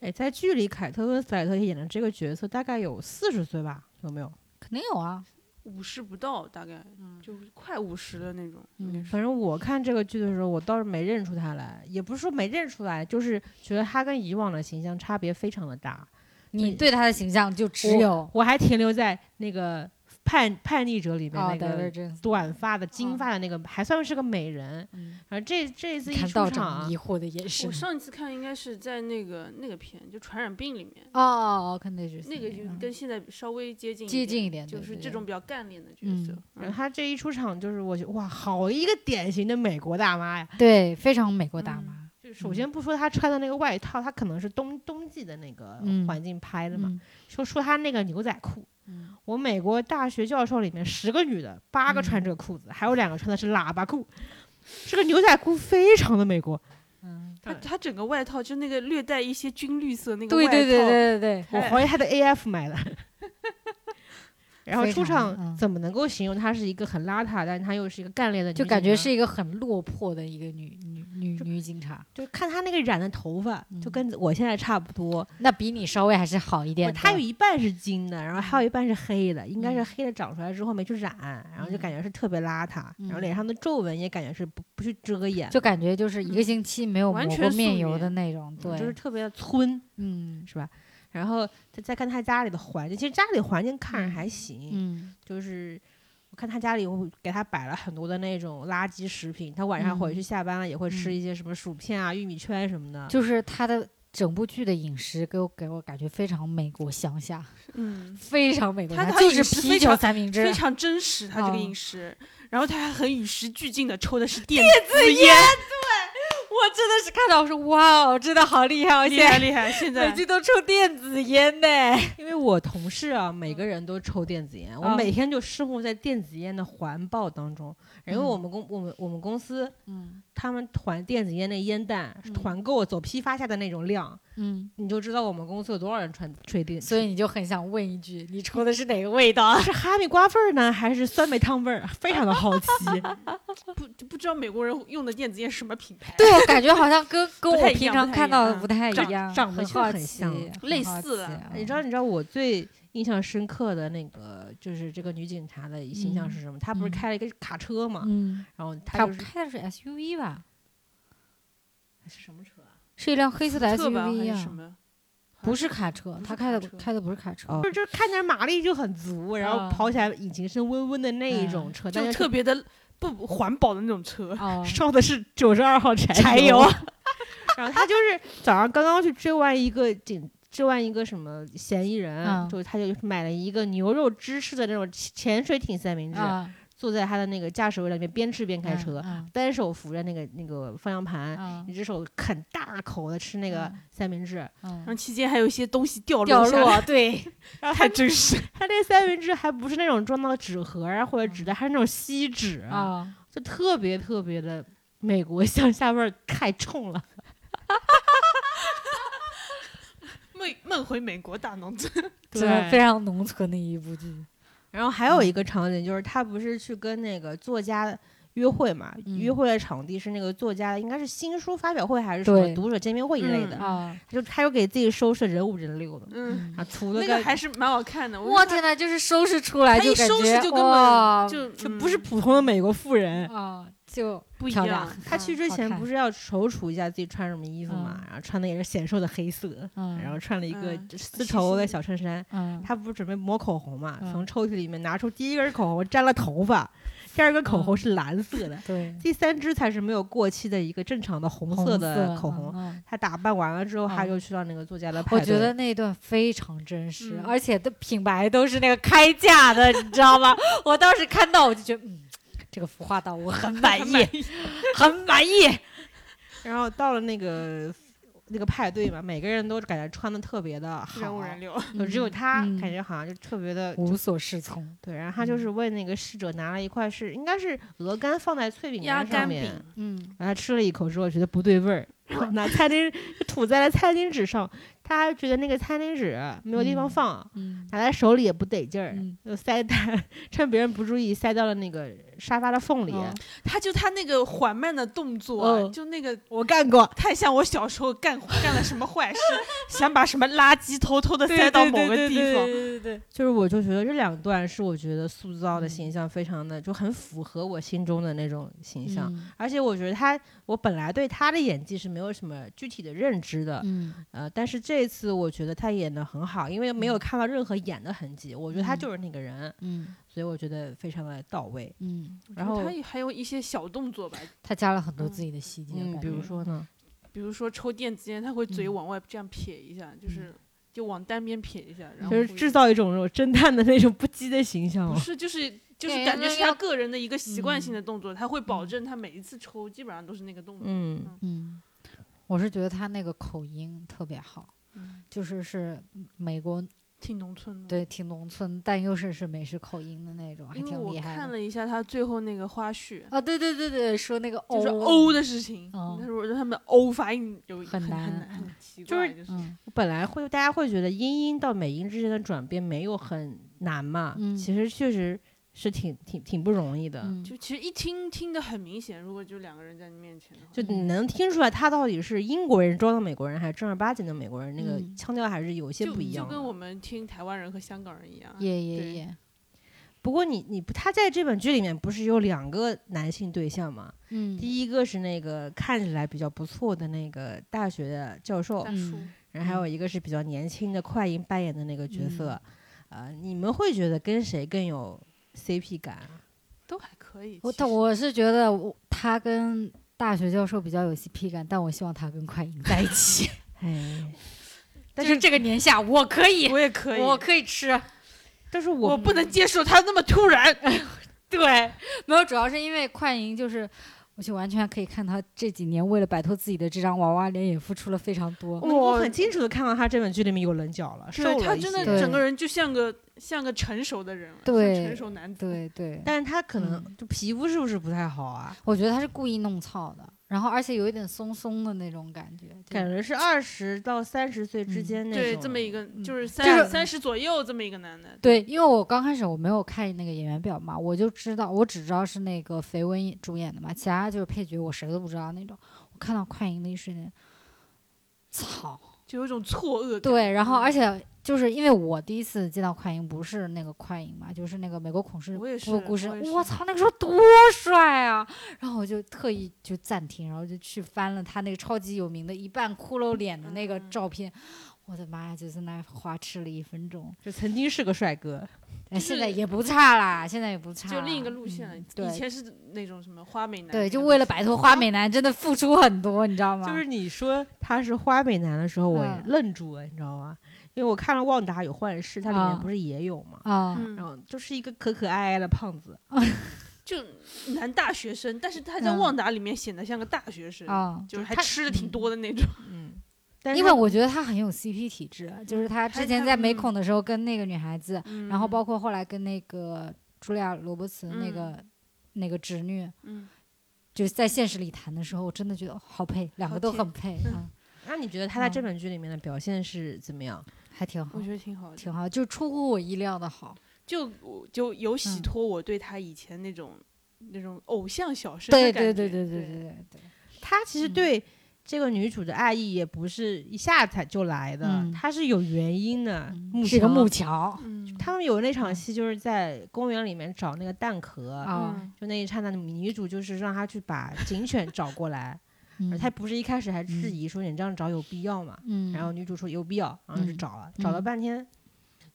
哎，在剧里，凯特温斯莱特演的这个角色大概有四十岁吧，有没有？肯定有啊，五十不到，大概就快五十的那种。应该嗯是反正我看这个剧的时候，我倒是没认出他来，也不是说没认出来，就是觉得他跟以往的形象差别非常的大。你对他的形象就只有我还停留在那个叛叛逆者里面啊那德个瑞珍斯。短发的金发的那个，还算是个美人。哦嗯，然后这这一次一看出道场长啊疑，惑的眼神我。上一次看应该是在那个那个片，就《传染病》里面，哦哦哦，看那是那个就嗯跟现在稍微接近接近一点就对是对这对种比较干练的角嗯色。然后嗯他这一出场就是我觉得哇，好一个典型的美国大妈呀！对非常美国大嗯妈。就首先不说她穿的那个外套，她可能是冬冬季的那个嗯环境拍的嘛，嗯就说她那个牛仔裤，嗯我美国大学教授里面十个女的，八个嗯穿这个裤子，还有两个穿的是喇叭裤。这个牛仔裤非常的美国，嗯， 他对他整个外套就那个略带一些军绿色那个对外对对套哎对对对。我怀疑他的 AF 买的。 然后非出常场嗯怎么能够形容她是一个很邋遢，但是她又是一个干练的女就警呢，感觉是一个很落魄的一个女女女就女警察，就看她那个染的头发，就嗯跟我现在差不多。那比你稍微还是好一不点是的。它有一半是金的，然后还有一半是黑的，应该是嗯黑的长出来之后没去染，然后就感觉是特别邋遢，然后嗯脸上的皱纹也感觉是不不去遮掩，就感觉就是一个星期没有抹完过全素面油颜的那种，对，嗯就是特别的村，嗯是吧？然后再再看他家里的环境，其实家里环境看着还行，嗯就是我看他家里会给他摆了很多的那种垃圾食品，他晚上回嗯去下班了也会吃嗯一些什么薯片啊、玉米圈什么的，就是她的整部剧的饮食给我给我感觉非常美国乡下，嗯，非常美国她乡下，她就饮是食啤非酒常三明治非，常真实，他这个哦饮食，然后他还很与时俱进的抽的是电子烟，我真的是看到我说哇哦，真的好厉害哦，厉现害在厉害！ 现每在句都抽电子烟呢。因为我同事啊，每嗯个人都抽电子烟，我哦嗯每天就生活在电子烟的环抱当中。然后嗯我们公我们我们公司 嗯他们团电子烟那烟弹是嗯团购走批发价的那种量，嗯，你就知道我们公司有多少人穿吹电。所以你就很想问一句， 你抽的是哪个味道？是哈密瓜味儿呢，还是酸梅汤味儿？非常的好 奇。不不知道美国人用的电子烟是什么品牌，对，我感觉好像跟跟不我太一平样常不太看一到的样不太一长样，长得很是好很奇像很类好似奇啊了你知道，你知道我最印象深刻的那个就是这个女警察的形象是什么？她不是嗯开了一个卡车嘛，嗯，然后她他就是开的是 SUV 吧？是什么车啊？是一辆黑色的特吧还 SUV 是什啊，么？不是卡车不，他是开的卡车开的不是卡车哦，就是就是看起来马力就很足，然后啊跑起来引擎声嗡嗡的那一嗯种车，但就是嗯特别的不环保的那种车，哦，烧的是九十二号柴柴油油。 然后他就是早上刚刚去追完一个警，追完一个什么嫌疑人，嗯就他就买了一个牛肉芝士的那种潜水艇三明治，啊，坐在他的那个驾驶位里面边吃边开嗯车，嗯单手扶着那个那个方向盘，嗯一只手啃大口的吃那个嗯三明治，然嗯后期间还有一些东西掉掉落下来， 落，对，然后他太真实。他那三明治还不是那种装到纸盒啊或者纸袋，还是那种锡纸 啊，就特别特别的美国 乡下味儿太冲了。 梦梦回美国大农村，真的非常农村的一部剧，然后还有一个场景就是他不是去跟那个作家约会嘛，嗯约会的场地是那个作家应该是新书发表会还是什么对读者见面会一类的，嗯啊，就他又给自己收拾人五人六的嗯，啊，除了那个还是蛮好看的。我觉得天呐，就是收拾出来他一感收拾觉就根本哇就就嗯不是普通的美国富人，啊，就不一漂样亮。。他去之前不是，是要踌躇一下自己穿什么衣服嘛，嗯然后穿的也是显瘦的黑色，嗯，然后穿了一个嗯丝绸的小衬衫。嗯，他不是准备抹口红嘛，嗯从抽屉里面拿出第一根口红沾了头发，第二根口嗯红是蓝色的，对，第三支才是没有过期的一个正常的红红色的口红。嗯嗯他打扮完了之后，嗯他又去到那个作家的派我对。觉得那一段非常真实，嗯而且的品牌都是那个开价的，你知道吗？我当时看到我就觉得，嗯，这个服化道我很满意，很满意。然后到了那个那个派对嘛，每个人都感觉穿的特别的好，啊人五人六，就只有嗯他嗯感觉好像就特别的无所适从。对，然后他就是为那个侍者拿了一块是应该是鹅肝放在脆饼鸭干上肝面，饼，嗯，然后他吃了一口之后觉得不对味 儿，然后拿餐巾吐在了餐巾纸上，他还觉得那个餐巾纸没有地方嗯放，嗯拿在手里也不得劲儿，嗯就塞在趁别人不注意塞到了那个沙发的缝里。哦他就他那个缓慢的动作啊、嗯就那个我干过，太像我小时候干干了什么坏事，想把什么垃圾偷偷的塞到某个地方。对对对，就是我就觉得这两段是我觉得塑造的嗯形象非常的就很符合我心中的那种形象，而且我觉得他我本来对他的演技是没有什么具体的认知的，嗯呃，但是这一次我觉得他演的很好，因为没有嗯看到任何演的痕迹，我觉得他嗯就是那个人，嗯所以我觉得非常的到位。嗯，然后他，也还有一些小动作吧，他加了很多自己的细节，嗯，感比如觉说呢，比如说抽电子烟，他会嘴嗯往外这样撇一下，就是就往单边撇一下，然后就是会制造一种这种侦探的那种不羁的形象哦不嘛。是就是。就是对感觉那是要他个人的一个习惯性的动作，他会保嗯证他每一次抽基本上都是那个动作。嗯嗯，我是觉得他那个口音特别好，嗯，就是是美国挺农村的。对，挺农村，但又是是美式口音的那种，还嗯因为挺我厉害看的。了一下他最后那个花絮，啊，对对对对，说那个就欧，是欧的事情。哦他说他们欧发音有很很难难，很嗯奇就怪，是就是嗯我本来会大家会觉得音音到美音之间的转变没有很难嘛，嗯其实确实是挺挺挺不容易的。嗯，就其实一听听得很明显，如果就两个人在你面前的话，就你能听出来他到底是英国人装的美国人，还是正儿八经的美国人，那个嗯腔调还是有一些就不一样就的。跟我们听台湾人和香港人一样啊。也也对也，不过你你不，他在这本剧里面不是有两个男性对象吗？嗯，第一个是那个看起来比较不错的那个大学的教授大，叔嗯然后还有一个是比较年轻的快银扮演的那个角色。呃，你们会觉得跟谁更有 CP 感啊？都还可以。我其但实我是觉得我他跟大学教授比较有 CP 感，但我希望他跟快银在一起。哎，但就是这个年下，我可以，我 也可以，我可以吃。但是我我不能接受他那么突然。对，没有，主要是因为快银就是。我就完全可以看他这几年为了摆脱自己的这张娃娃脸，也付出了非常多。我能够很清楚的看到他这本剧里面有棱角了，瘦对他了一真些的对整个人就像个像个成熟的人了，像对成熟男子。对对，但是他可能嗯就皮肤是不是不太好啊？我觉得他是故意弄糙的，然后而且有一点松松的那种感觉，就感觉是二十到三十岁之嗯间那种，对，这么一个就就是三是三十左右这么一个男的，对，因为我刚开始我没有看那个演员表嘛，我就知道，我只知道是那个肥文演主演的嘛，其他就是配角，我谁都不知道那种。我看到快银的一瞬间，操！就有一种错愕感。对，然后嗯而且就是因为我第一次见到快银，不是那个快银嘛，就是那个美国恐怖嗯我也是故事我也，是我操，那个时候多帅啊！然后我就特意就暂停，然后就去翻了他那个超级有名的一半骷髅脸的那个嗯照片，我的妈呀，就在那花痴了一分钟。就曾经是个帅哥，哎，就现在是也不差啦，现在也不差啦。就另一个路线了。嗯以对前是那种什么花美男，对，就为了摆啊脱花美男，真的付出很多，你知道吗？就是你说他是花美男的时候，我也嗯愣住了，你知道吗？因为我看了《旺达与幻视》，它里面啊不是也有嘛，啊，嗯，然后就是一个可可爱爱的胖子，就男大学生，但是他在嗯旺达里面显得像个大学生，啊，就是还他吃的挺多的那种。嗯，但是因为他我觉得他很有 CP 体质，就是他之前在嗯美恐的时候跟那个女孩子， 然后包括后来跟那个茱莉亚·罗伯茨那个、那个侄女，嗯，就是在现实里谈的时候，我真的觉得哦好配，两个都很配甜啊，那你觉得他在这嗯本剧里面的表现是怎么样？还挺好嗯我，觉得挺好的，挺好，就出乎我意料的好。就我就有洗嗯脱我对他以前那种那种偶像小生对的感对觉。对对对对对对，他其实嗯对这个女主的爱意也不是一下才就来的，嗯他是有原因的。嗯慕是个强木桥，嗯，他们有那场戏就是在公园里面找那个蛋壳，嗯啊，就那一刹那，女主就是让他去把警犬找过来，而嗯他不是一开始还质疑说你这样找有必要吗？嗯，然后女主说有必要，然后就嗯找了，找了嗯半天，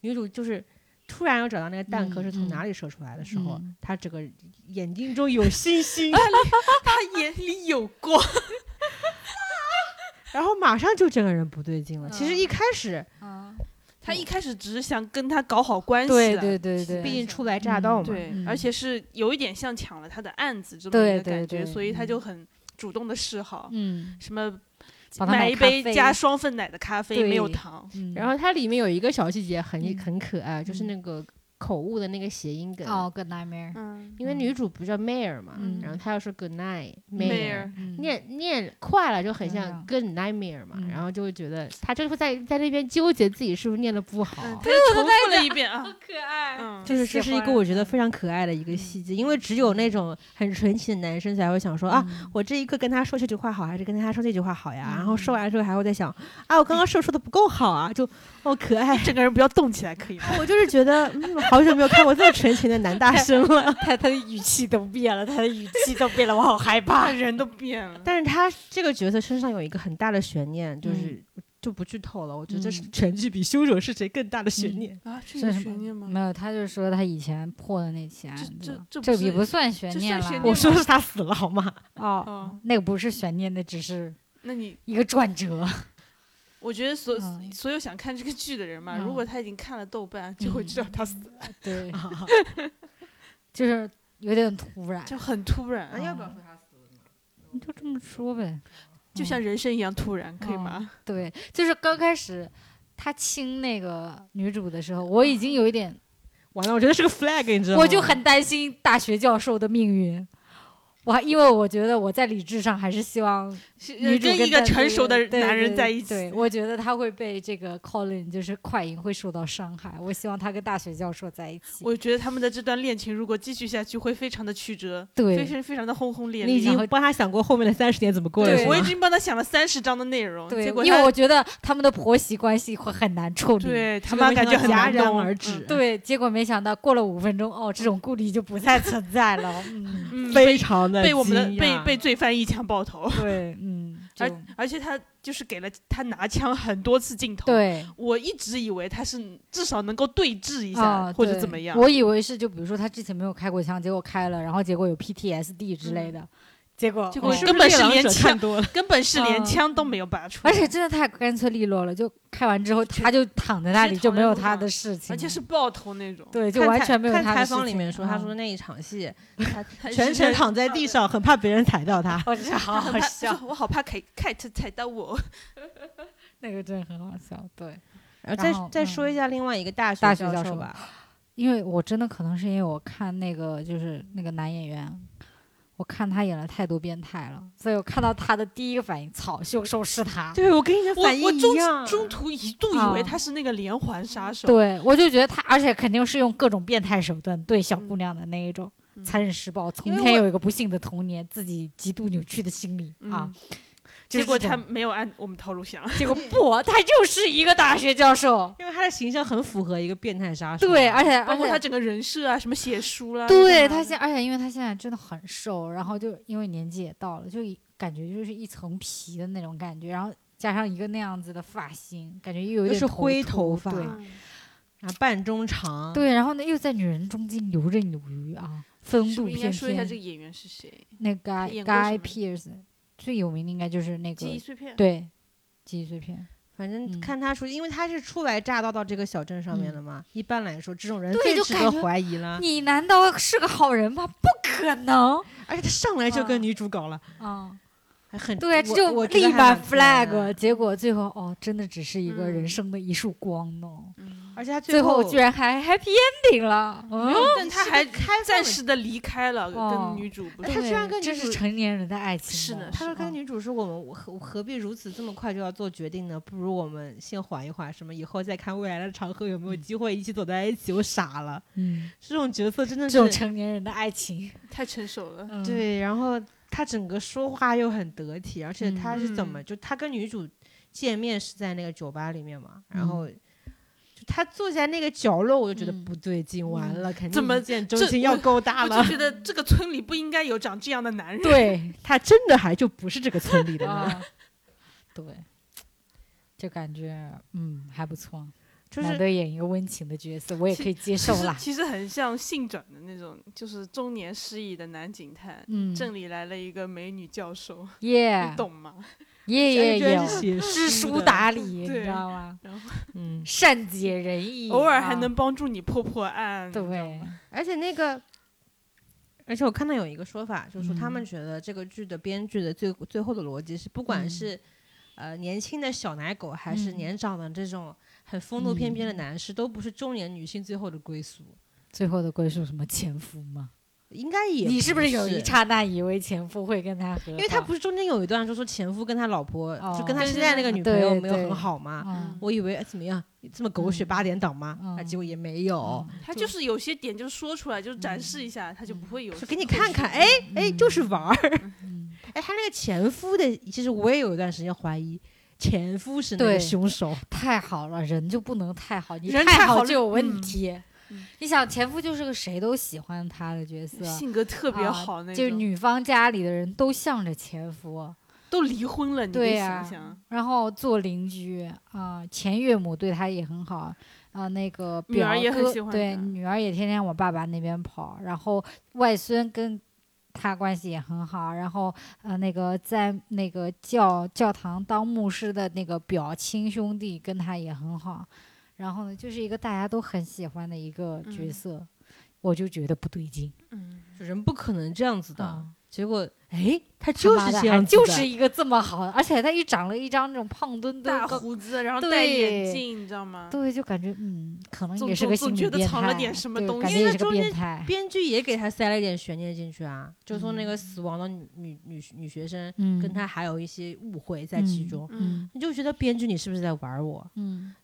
女主就是突然要找到那个蛋壳是从嗯哪里射出来的时候，嗯她整个眼睛中有星 星，他眼里有光，然后马上就整个人不对劲了。其嗯实一开始，啊，他一开始只是想跟他搞好关系对的对对对，毕对竟初来乍到嘛，对嗯而且是有一点像抢了他的案子这么对一个对感觉，对所以他嗯就很主动的示好，嗯，什么帮他买买一咖杯啡加双份奶的咖啡，没有对糖，嗯然后它里面有一个小细节很嗯很可爱，就是嗯那个口误的那个谐音梗，哦，Good Nightmare，嗯，因为女主不叫 Mayor 嘛，嗯然后她要说 Good night 妹 Mayor。儿，嗯念念快了就很哎像呀 good nightmare 嘛，嗯然后就会觉得她就会在在那边纠结自己是不是念的不好，嗯，他又重复了一遍 啊，可爱，嗯，就是这喜是一个欢我觉得非常可爱的一个细节，因为只有那种很纯情的男生才会想说啊，嗯我这一刻跟他说这句话好，还是跟他说这句话好呀？然后嗯说完之后还会在想啊，我刚刚是不是说的不够好啊？就哦可爱，整个人不要动起来可以吗？ 我就是觉得嗯，好久没有看过这么纯情的男大生了。 他他的语气都变了，他的语气都变了，我好害啊，怕。 人都变了，但是他这个角色身上有一个很大的悬念，就是、就不剧透了。我觉得这是全剧比《凶手是谁》更大的悬念。啊，这这有是悬念吗？没有，他就说他以前破的那起案这子，这这不也是不算悬这念算悬了。念我吗说是他死了好吗？ 哦，哦，那个不是悬念，那只是那你一个转折。我觉得所嗯所有想看这个剧的人嘛，嗯如果他已经看了豆瓣，就会知道他死了，啊对，就是有点突然，就很突然啊，嗯要不要说他死？你就这么说呗。就嗯像人生一样突然，可以吗？对，就是刚开始他亲那个女主的时候，我已经有一点，完了，我觉得是个 flag，你知道吗？我就很担心大学教授的命运。我还因为我觉得我在理智上还是希望是女主呃跟一个戴成维熟的男人在一对对起，对我觉得他会被这个 Colin 就是快银会受到伤害。我希望他跟大学教授在一起。我觉得他们的这段恋情如果继续下去，会非常的曲折，非对常非常的轰轰烈你已烈。经帮他想过后面的三十年怎么过了，对是我已吗经帮他想了三十章的内容，对结果，因他为我觉得他们的婆媳关系会很难处理。对他结果妈没感想到觉很戛难然弄而嗯止，对结果没想到过了五分钟，哦，这种顾虑就不再存在了。嗯，嗯非常的被我们的惊被讶被罪犯一枪爆头，对，嗯，就而而且他就是给了他拿枪很多次镜头。，对。我一直以为他是至少能够对峙一啊，下或者对怎么样。我以为是就比如说他之前没有开过枪，结果开了，然后结果有 PTSD 之类的，结果嗯结果哦是根根本本是连猎狼者枪看多了，根本是连啊嗯枪都没有拔出来，而且真的太干脆利落了，就开完之后就他就躺在那里，直接就没有躺在他路的事情了，而且是爆头那种。对，就看完采全没有看他的采事情。访里面说，他说嗯那一场戏，他全程躺在地上，很怕别人踩到他。我觉得好他好他笑，说我好怕 Kate Kate 踩到我。那个真的很好笑。对，然后然再后再说一下另外一个大学大学教授授吧，因为我真的可能是因为我看那个就是那个男演员，我看他演了太多变态了，所以我看到他的第一个反应，操，凶手是他。对我跟你的我反应我一中样，中途一度以为啊他是那个连环杀手。对，我就觉得他，而且肯定是用各种变态手段对小姑娘的那一种嗯残忍施暴，从因为前我有一个不幸的童年，自己极度扭曲的心理啊嗯。就结是果这他种没有按我们 套路想，结果不，他又是一个大学教授。因为他的形象很符合一个变态杀手。啊对，而且而包括且他整个人设啊，什么写书啦、对干嘛他的现，而且因为他现在真的很瘦，然后就因为年纪也到了，就一感觉就是一层皮的那种感觉，然后加上一个那样子的发型，感觉又有又点是头灰秃头发对嗯啊，半中长，，对，然后呢又在女人中间游刃有余啊，风是度不是应该翩说一下这翩。个演员是谁？那演 Guy 过什 Guy 么 Pearce 最有名的应该就是那个记忆碎片。对记忆碎片，反正嗯看他说，因为他是初来乍到到这个小镇上面的嘛，一般来说这种人对最就值感得觉怀疑了。你难道是个好人吗？不可能而且他上来就啊跟女主搞了，啊！还很对，这我就我觉得立还马蛮可爱的 flag，结果最后哦，真的只是一个人嗯生的一束光呢。嗯，而且他最后后居 然还 happy ending 了，嗯， 但他还暂时的离开了，哦跟女主不哎他居然跟女这是主成年人的爱情，是的他说跟嗯女主说：“我们我何何必如此这么快就要做决定呢？不如我们先缓一缓，什么以后再看未来的长河有没有机会一起走在一起。”我傻了，嗯，这种角色真的这是种成年人的爱情，太成熟 了。嗯，对。然后他整个说话又很得体，而且嗯他是怎么、就他跟女主见面是在那个酒吧里面嘛，然后就他坐在那个角落，我就觉得嗯不对劲，完了，肯定怎么一见钟这情要勾搭我了就。觉得这个村里不应该有长这样的男人。对 他真的还就不是这个村 里的人，啊，对，就感觉嗯还不错，就难是得演一个温情的角色，我也其可以接其受实啦。其实很像性转的那种，就是中年失忆的男警探。嗯，镇里来了一个美女教授，耶你懂吗？耶也耶也耶，写知书的，达理，你对知道吗？嗯，善解人意，偶尔还啊能帮助你破破案。对，而且那个。而且我看到有一个说法，就是说他们嗯觉得这个剧的编剧的最最后的逻辑是，不管嗯是、呃年轻的小奶狗，还是嗯年长的这种很风度翩翩的嗯男士，都不是中年女性最后的归宿。最后的归属什么前夫吗？应该也你是不不是有一，刹那以为前夫会跟他和好？因为他不是中间有一段就说前夫跟他老婆，哦就跟他对现对在那个对女朋友对没有很对好嘛，嗯，我以为哎怎么样这么狗血嗯八点档吗？啊，嗯结果也没有，他就是有些点就说出来，就展嗯示一下，他就不会有。就给你看看，哎，哎，就是玩儿。 嗯哎，他那个前夫的，其实我也有一段时间怀疑前夫是那个对凶 手，太好了，人就不能太好，你人太太好了就有问题嗯。你想前夫就是个谁都喜欢他的角色，性格特别好那啊就种，是女方家里的人都向着前夫，都离婚了，你可对啊以呀想想，然后做邻居啊、前岳母对他也很好啊、那个女表儿哥也很喜欢对他女儿也天天往爸爸那边跑，然后外孙跟他关系也很好，然后呃那个在那个教教堂当牧师的那个表亲兄弟跟他也很好，然后呢就是一个大家都很喜欢的一个角嗯色，我就觉得不对劲嗯，就人不可能这样子的。啊。结果，哎，他他就妈是的这还样子就的是一个这么好的，而且他一长了一张那种胖墩墩大高胡子，然后对戴眼镜，你知道吗？对，就感觉嗯，可能总也是个总心理觉得变态，藏了点什么对东感西觉因为也是个中变间态。编剧也给他塞了一点悬念进去啊，就说那个死亡的女女女女学生嗯，跟他还有一些误会在其中。嗯你就觉得编剧你是不是在玩我？嗯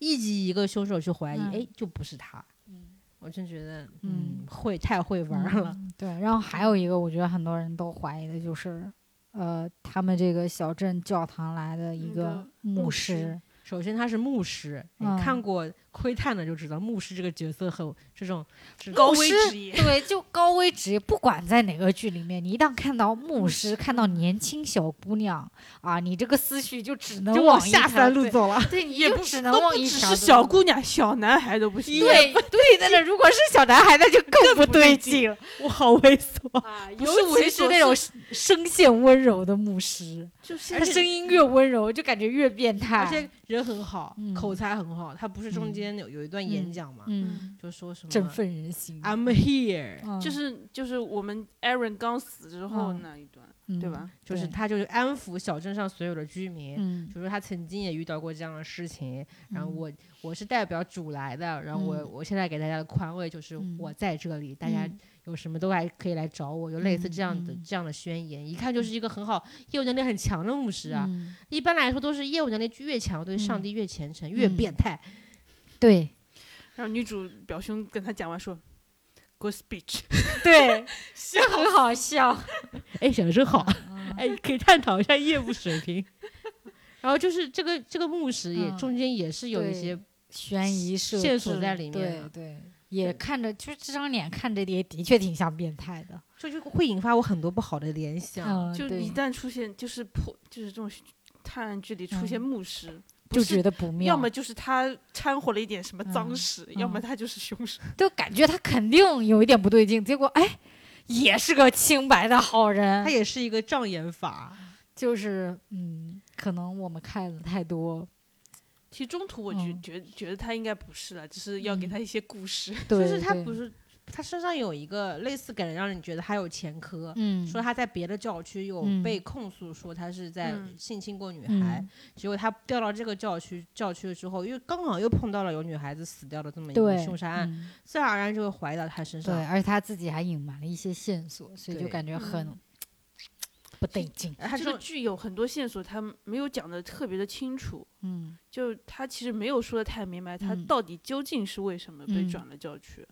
一级一个凶手去怀疑，嗯哎、就不是他。嗯我真觉得，嗯嗯，会太会玩了。嗯对，然后还有一个，我觉得很多人都怀疑的就是，呃，他们这个小镇教堂来的一那个个牧牧师 师，首先他是牧师，你嗯看过《窥探》的就知道，牧师这个角色很这种这种高牧危师职业，对，就高危职业，不管在哪个剧里面，你一旦看到牧师，看到年轻小姑娘啊，你这个思绪就只能就往往一下条三路对走了。 对，你也就不只能都往不一只条是路小走姑娘，小男孩都不行。对对的呢，如果是小男孩，那就更不对劲了。我好猥琐，啊，尤其是那种声线温柔的牧师，就是他声音越温柔，就感觉越变态。而且人很好，嗯口才很好。他不是中间有有一段演讲嘛，嗯，就说什么振奋人心， I'm here，、嗯就是就是我们 Aaron 刚死之后那一段，嗯对？吧？就是他就是安抚小镇上所有的居民，嗯就说他曾经也遇到过这样的事情，然后我我是代表主来的，然后我、嗯我现在给大家的宽慰就是嗯我在这里，大家嗯有什么都来可以来找我，有类似这样的、嗯嗯这样的宣言，一看就是一个很好业务能力很强的牧师啊。嗯一般来说都是业务能力越强，对上帝越虔诚，越嗯变态。对然后女主表兄跟他讲完说，Good speech， 对，就很好笑。 哎，想的真好，嗯 哎，可以探讨一下业务水 平。然后就是这个这个牧师也、嗯中间也是有一对些悬疑设线索置在里面啊对对，也看着就是这张脸看着也的确挺像变态的。就就会引发我很多不好的联想。嗯，就对一旦出现就是破，就是这种探案剧里出现嗯牧师，不就是觉得不妙，要么就是他掺和了一点什么脏嗯事，要么嗯他就是凶手。就感觉他肯定有一点不对劲，结果哎，也是个清白的好它人，也是一个障眼法，就是嗯，可能我们看的太多， 其实中途我觉嗯觉觉得他应该不是了，只是要给嗯他一些故事。对，就是他对不是他身上有一个类似感觉，让人觉得他有前科。嗯说他在别的教区有嗯被控诉说他是在嗯性侵过女孩，嗯结果他调到这个教区教区之后，因为刚好又碰到了有女孩子死掉的这么一个对凶杀案，嗯自然而然就会怀疑到他身对，上。而且他自己还隐瞒了一些线索，所以就对感觉很嗯不得劲。哎他这说个剧有很多线索，他没有讲的特别的清楚，嗯，就他其实没有说的太明白，他嗯到底究竟是为什么被嗯转了教区，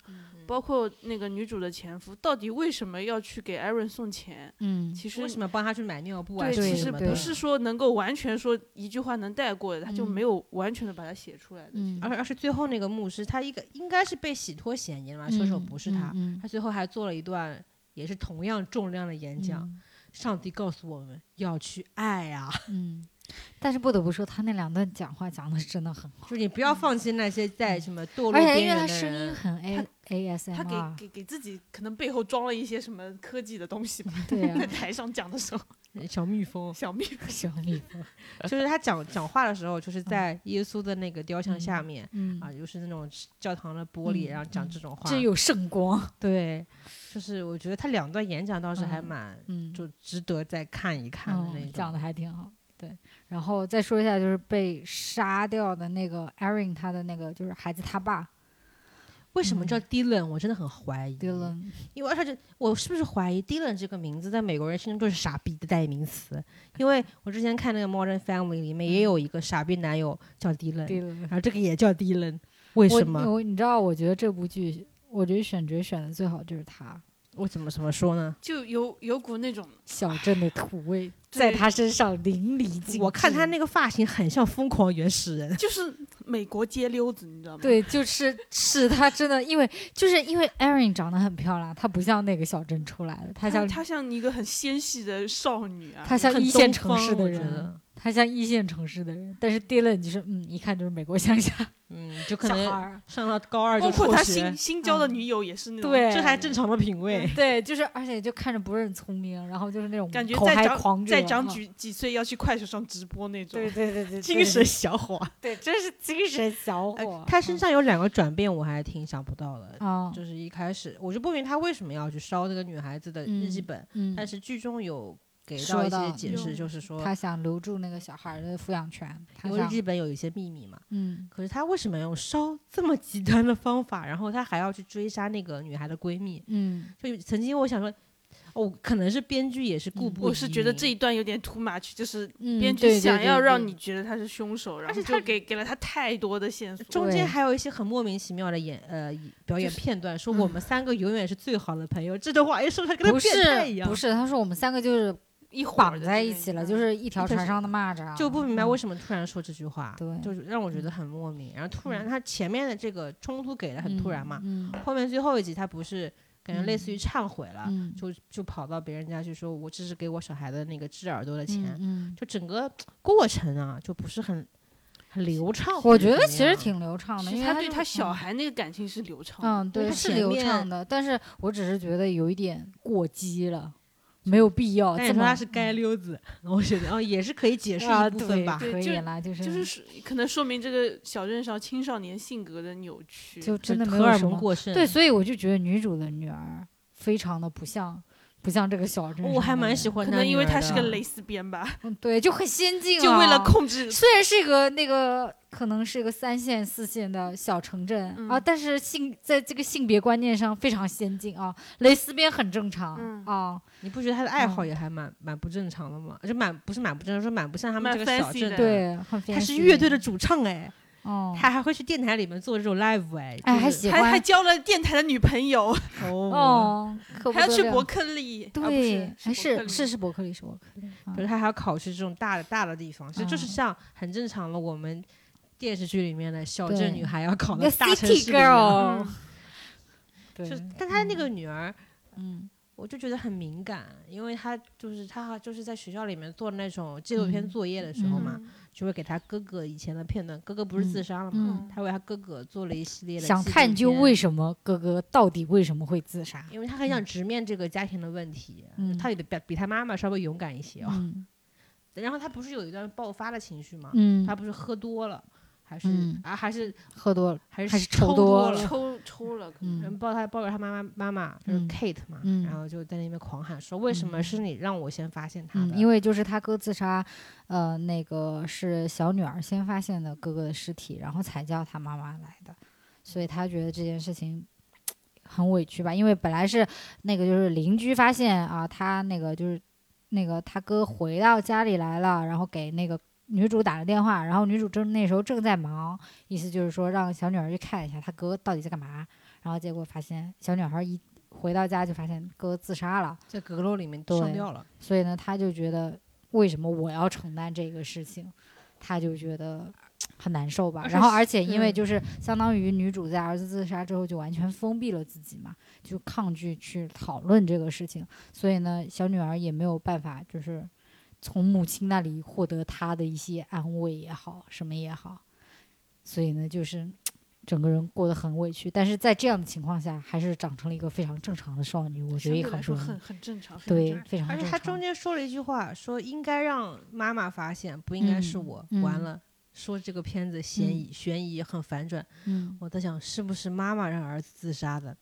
包括那个女主的前夫到底为什么要去给艾伦送钱，嗯，其实为什么帮他去买尿布啊对，什么的？对其实对不是说能够完全说一句话能带过的，他就嗯没有完全的把它写出来的。嗯而而是最后那个牧师，他一个应该是被洗脱嫌疑了嘛，车手不是他，嗯他最后还做了一段也是同样重量的演讲，，上帝告诉我们要去爱 啊，嗯嗯。但是不得不说，他那两段讲话讲的是真的很好，就是你不要放弃那些在什么堕落嗯而且边因为他缘的声音人。啊很 A A S 他 M 啊给 R，给给自己可能背后装了一些什么科技的东 西吧， 对在啊，台上讲的时候，小蜜 蜂，小蜜小蜜蜂，就是他讲讲话的时候，就是在耶稣的那个雕像下面、嗯啊，就是那种教堂的玻璃，嗯然后讲这种话。真有圣光，对，就是我觉得他两段演讲倒是还嗯蛮、嗯，就值得再看一看的那嗯，讲种。的还挺好。对，然后再说一下，就是被杀掉的那个 Aaron，他的那个就是孩子他爸为什么叫嗯 Dylan？我真的很怀疑。 Dylan，因为而且我是不是怀疑 Dylan 这个名字在美国人心中就是傻逼的代名词？因为我之前看那个《Modern Family》里嗯面也有一个傻逼男友叫 Dylan，、 Dylan，然后这个也叫 Dylan，为什么？我我我你知道，我觉得这部剧，我觉得选角选的最好就是他，怎么怎么说呢？ 就有有股那种小镇的土 味在对他身上淋漓尽致。我看他那个发型很像《疯狂原始人》，就是美国街溜子，你知道吗？，对，就是是他真的，因为就是因为 Erin 长得很漂亮，她不像那个小镇出来的，她她像她像一个很纤细的少女啊，她像很一线东城方市的我觉人，得她像一线城市的人。但是 Dylan 就是嗯，一看就是美国乡下嗯，就可小孩能儿。上到高二就包括辍她学新，新交的嗯女友也是那种，对这还正常的品味。对，就是，而且就看着不是很聪明，然后就是那种感觉口再嗨长狂再热长啊几几岁要去快手上直播那种。对对对对，精对神小伙，对，真是精神小哎伙。嗯他身上有两个转变，我还挺想不到的。啊，就是一开始我就不明白他为什么要去烧那个女孩子的日记嗯本，嗯，但是剧中有给说到一到些解释，嗯就是说他想留住那个小孩儿的抚养权，他因为日想记本有一些秘密嘛。嗯可是他为什么要用烧这么极端的方法？然后他还要去追杀那个女孩的闺蜜？嗯就曾经我想说，哦，可能是编剧也是故嗯不、我是觉得这，一段有点 too much，就是嗯，编剧对想要让。对你对对觉得他是凶手，然而后且他就给给了他太多的线索。中对间还有一些很莫名其妙的演呃表演就是嗯片段，说我们三个永远是最好的朋友，这段话一说出来跟不他变态一是样，不是，他说我们三个就是一伙绑儿的在之一类起的了，就是一条嗯就是船上的蚂蚱，啊嗯就不明白为什什么突然说这句话，对嗯就是让我觉得很莫名。然后突然他前面的这个冲突给的很突然嘛，嗯后面最后一集他不是感觉类似嗯于忏悔了，嗯，啊就就跑到别人家去说，我这是给我小孩的那个治耳朵的嗯钱，嗯，就整个过程啊就不是很很流畅。我或者觉得怎么其实样挺流畅的，其因实为他对就他小嗯孩那个感情是流畅的。嗯，对，他是前流面畅的，但是我只是觉得有一点过激了，没有必要但这你说么他是街溜子，我觉得哦也是可以解释啊，一部对分吧。可对就以啦，就是就是说可能说明这个小镇上青少年性格的扭曲，就真的没荷有尔什蒙么过剩，对，所以我就觉得女主的女儿非常的不像，不像这个小镇。哦我还蛮喜，欢可他女儿的。能因为他是个的蕾丝边吧，嗯，对，就很先进、啊，就为了。控制。虽然是一个那个可能是一个三线四线的小城镇、啊，嗯但是性在这个性别观念上非常先进啊，蕾丝边很正常、嗯啊，你不觉得他的爱好嗯也还蛮蛮不正常的吗？就蛮不是蛮不正常，说蛮不像他们蛮这个小 fancy 镇的的。对，很他是 fancy 乐队的，主唱哎，哦，他还会去电台里面做这种 live 哎，哎，还行喜还还欢交了电台的女朋友，哦，哦，可不还要得去了伯克利，啊不对，还是是伯克利是是伯克利，是伯克利，啊就是他还要考去这种大的大的地方，其实就是嗯像很正常的我们电视剧里面的小对镇女孩要考那到大城 City 市里面，嗯 Girl，嗯对就但他那个女儿。嗯我就觉得很敏感，因为她就是她好就是在学校里面做那种纪录片嗯作业的时候嘛，嗯就会给她哥哥以前的片段，哥哥不是自嗯杀了嘛，嗯，他为他哥哥做了一系列的想纪录探究片为什么哥哥到底为什么会自杀。因为他很想直面这个家庭的问题，嗯他也得比比他妈妈稍微勇敢一些哦。嗯然后他不是有一段爆发的情绪吗？嗯他，不是喝多了，还是、嗯啊还是喝多了，还还是是抽多抽多了了。抽抽了，可能然后嗯抱他抱着他妈妈妈妈就是嗯 Kate 嘛，嗯然后就在那边狂喊说：“为什么嗯是你让我先发现他的？”嗯，因为就是他哥自杀，呃，那个是小女儿先发现的哥哥的尸体，然后才叫他妈妈来的，所以他觉得这件事情。很委屈吧，因为本来是那个就是邻居发现啊，他那个就是那个他哥回到家里来了，然后给那个女主打了电话，然后女主正那时候正在忙，意思就是说让小女儿去看一下他哥到底在干嘛。然后结果发现小女孩一回到家就发现哥自杀了，在阁楼里面对上吊了。所以呢，他就觉得为什么我要承担这个事情，他就觉得很难受啊吧。而且然后，是而且因为嗯就是相当于女主在儿子自杀之后就完全封闭了自己嘛，就抗拒去讨论这个事情，所以呢，小女儿也没有办法就是从母亲那里获得她的一些安慰也好，什么也好，所以呢，就是。整个人过得很委屈，但是在这样的情况下，还是长成了一个非常正常的少女，我觉得相也对很来不说容易很很正常。很对正常，非常而且正他常中间说了一句话，说应该让妈妈发现，不应该是嗯我。嗯完了，说这个片子嫌嗯疑、悬疑很反转，嗯，我在想是不是妈妈让儿子自杀的，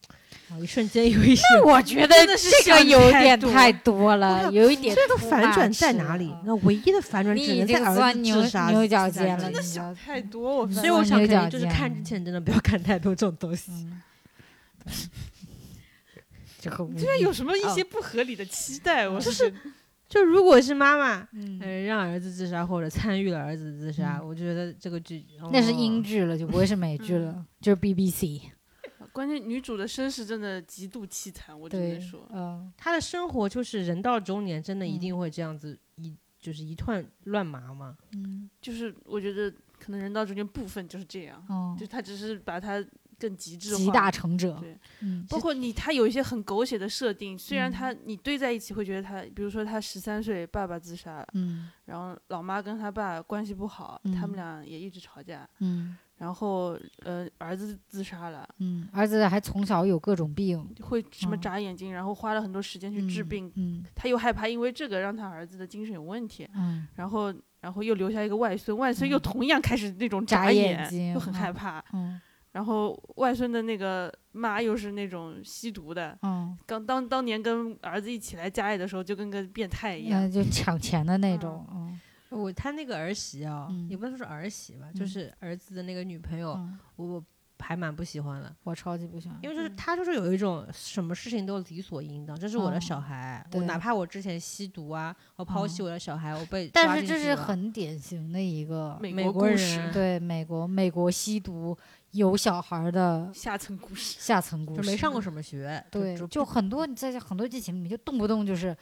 然后一瞬间有一 些我觉得真的是这个想有太点多太多我了，啊想呃有一点这个 too 反转在 much 哪里了？那唯一的反转你只已能在经儿钻子牛自杀牛自角杀自尖了，杀你嗯的知道想太多，我所以我想肯定牛角就是尖看之前真的不要看太多这种东西。嗯，这个无居然语有什么一哦些不合理的期待？我就是觉得就如果是妈妈。嗯，呃，让儿子自杀或者参与了儿子自杀，嗯我觉得这个剧、那是哦英剧了，就不会是美剧嗯了，就是 BBC 关键女主的身世真的极度凄惨，我只对能说，，嗯他的生活就是人到中年，真的一嗯定会这样子一、就是一团乱麻嘛。嗯就是我觉得可能人到中间部分就是这样，哦就，她只是把它更极致集化大成者对，嗯包括你，他有一些很狗血的设定，虽然嗯他你堆在一起会觉得他，比如说他十三岁爸爸自杀了，嗯然后老妈跟他爸关系不好，他嗯们俩也一直吵架，嗯然后呃儿子自杀了，嗯，儿子还从小有各种病，会什么嗯眨眼睛，然后花了很多时间去治嗯病，嗯他又害怕因为这个让他儿子的精神有问题，嗯然后然后又留下一个外孙，外孙又嗯同样开始那种眨眼眼，睛又很害嗯怕，嗯然后外孙的那个妈又是那种吸毒的，嗯，刚当当年跟儿子一起来家里的时候，就跟个变态一样。嗯，就抢钱的那种，嗯我他那个儿媳啊、嗯也不能说是儿媳吧，就嗯是儿子的那个女朋友，嗯，我我还蛮不喜欢的，我超级不喜欢，因为就是嗯他就是有一种什么事情都理所应当，这是我的小哦孩，我对哪怕我之前吸毒啊，我抛弃哦我的小孩，我被抓但是进这去是了很典型的一个美美国国故事人对美国美国吸毒有小孩儿的下层故事，下层故就事，没上过什么学，就对，就就很多你在很多剧情里面就动不动就是。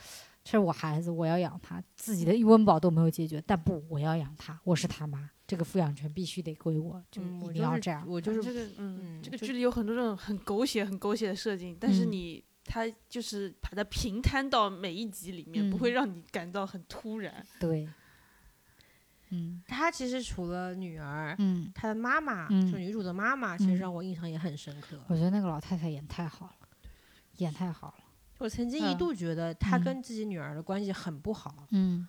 这是我孩子，我要养他，自己的一温饱都没有解决，但不，我要养他，我是他妈，这个抚养权必须得归我，就嗯一我定就要是这样。我就是这个，嗯，嗯这个就剧里有很多这种很狗血、很狗血的设定，但是嗯你它就是把它平摊到每一集里面，不会嗯让你感到很突然。对，嗯他其实除了女儿，嗯，他的妈妈，嗯就女主的妈妈，其实嗯让我印象也很深刻。我觉得那个老太太演太好了，演太好了，我曾经一度觉得他嗯跟自己女儿的关系很不好，嗯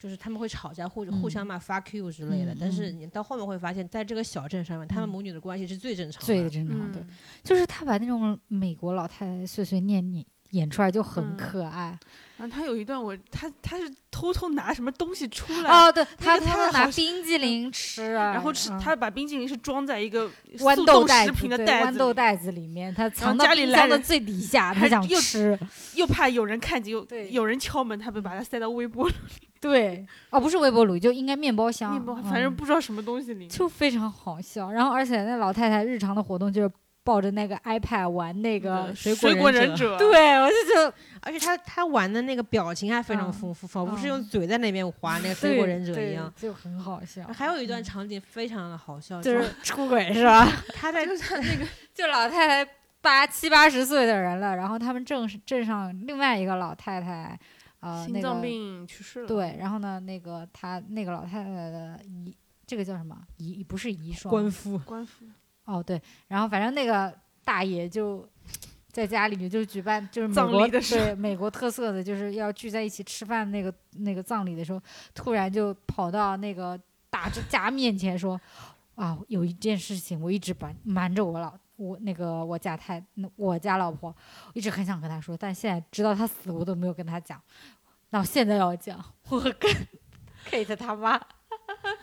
就是他们会吵架或者嗯互相骂 fuck you 之类的。嗯但是嗯你到后面会发现，在这个小镇上面，他们嗯母女的关系是最正常的。最正嗯常嗯的，嗯就是他把那种美国老太太碎碎念念演出来就很嗯可爱。然后他有一段我他他是偷偷拿什么东西出来，哦，对，他个他太们拿好冰激凌吃啊，然后吃、嗯他把冰淇淋是装在一个豌速豆冻袋食子品的对袋豌子豆里，袋子里面，他藏到家里冰来箱的人最底下，他还想又吃。又怕有人看见，又对有人敲门，他们把它塞到微波炉、对，哦，不是微波炉，就应该面包箱，面包，反正嗯不知道什么东西里面。就非常好笑。然后，而且那老太太日常的活动就是抱着那个 iPad 玩那个对，水果水果忍忍者 者，对我就觉得而且他他玩的那个表情还非常嗯丰富，仿佛是嗯用嘴在那边划 那个对水果忍者对一样。就很好笑。还有一段嗯场景非常的好笑，就是 出轨是吧？他在 就老太太八七八十岁的人了，然后他们镇镇上另外一个老太太，呃，心那脏个病去世了。对，然后呢，那个她那个老太太的遗，这个叫什么遗？不是遗孀 官夫，官服哦，对，然后反正那个大爷就。在家里面就举办就是美葬国礼的时对美国特色的就是要聚在一起吃饭那个那个葬礼的时候，突然就跑到那个大之家面前说：“啊，有一件事情我一直瞒瞒着我老我那个我家太那我家老婆，我一直很想跟她说，但现在直到她死我都没有跟她讲，那我现在要讲，我跟 Kate 他 妈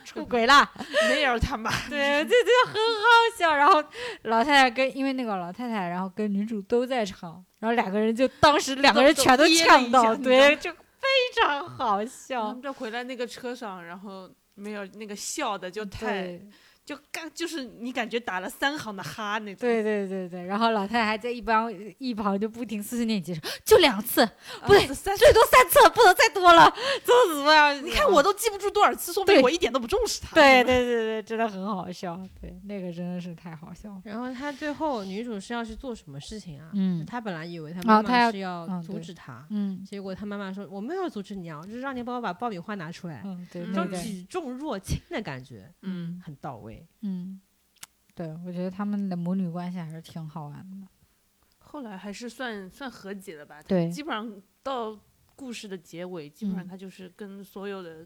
出轨了。”没有他哦妈，对，这就很好笑。然后老太太跟因为那个老太太，然后跟女主都在场，然后两个人就当时两个人全都呛到，都都噎了一对，下就非常好笑他。嗯们在回来那个车上，然后没有那个笑的就太嗯对就干，就是你感觉打了三行的哈那种。对对对对，然后老太太还在一旁一旁就不停碎碎念解释，就两次，不对啊，三最多三次，不能再多了，怎么怎么样？你看我都记不住多少次，说明对我一点都不重视他。对对对对，真的很好笑，对，那个真的是太好笑了。然后她最后女主是要去做什么事情啊？嗯她本来以为她啊妈她要妈是要嗯阻对止她，嗯结果她妈妈说我没有阻止你啊，我就是让你帮我把爆米花拿出来，嗯，对，嗯就那个举重若轻的感觉嗯，很到位。嗯，对，我觉得他们的母女关系还是挺好玩的。后来还是算算和解了吧。对基本上到故事的结尾，基本上嗯他就是跟所有的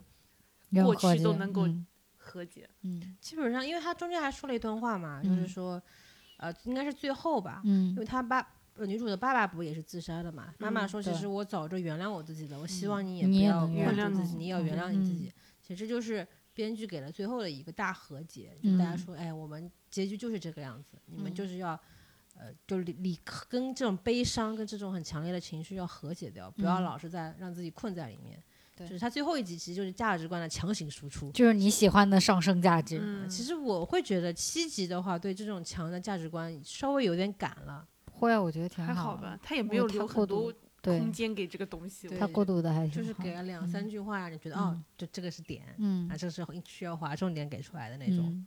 任过何去都人能够嗯和解。嗯基本上，因为她中间还说了一段话嘛，就嗯是说，呃，应该是最后吧，因为嗯她爸。呃女主的爸爸不也是自杀的嘛？妈妈嗯说：“其对嗯实我早就原谅我自己了，我希望你也你不也要能原困谅住自自己，己你也要原谅你自己。嗯其实就是编剧给了最后的一个大和解，就大家说：“哎，我们结局就是这个样子，你们嗯就是要，呃，就理理跟这种悲伤跟这种很强烈的情绪要和解掉，不要嗯老是在让自己困在里面。”对就是他最后一集其实就是价值观的强行输出。就是你喜欢的上升价值，嗯，其实我会觉得七集的话，对这种强的价值观稍微有点赶了。会啊，我觉得挺还好好的。吧，他也没我有他留过很度多对空，间给这个东西。对他过渡的还挺就是好给了两三句话，让你觉得、哦嗯，就这个是点、嗯啊，这是需要划重点给出来的那种。嗯，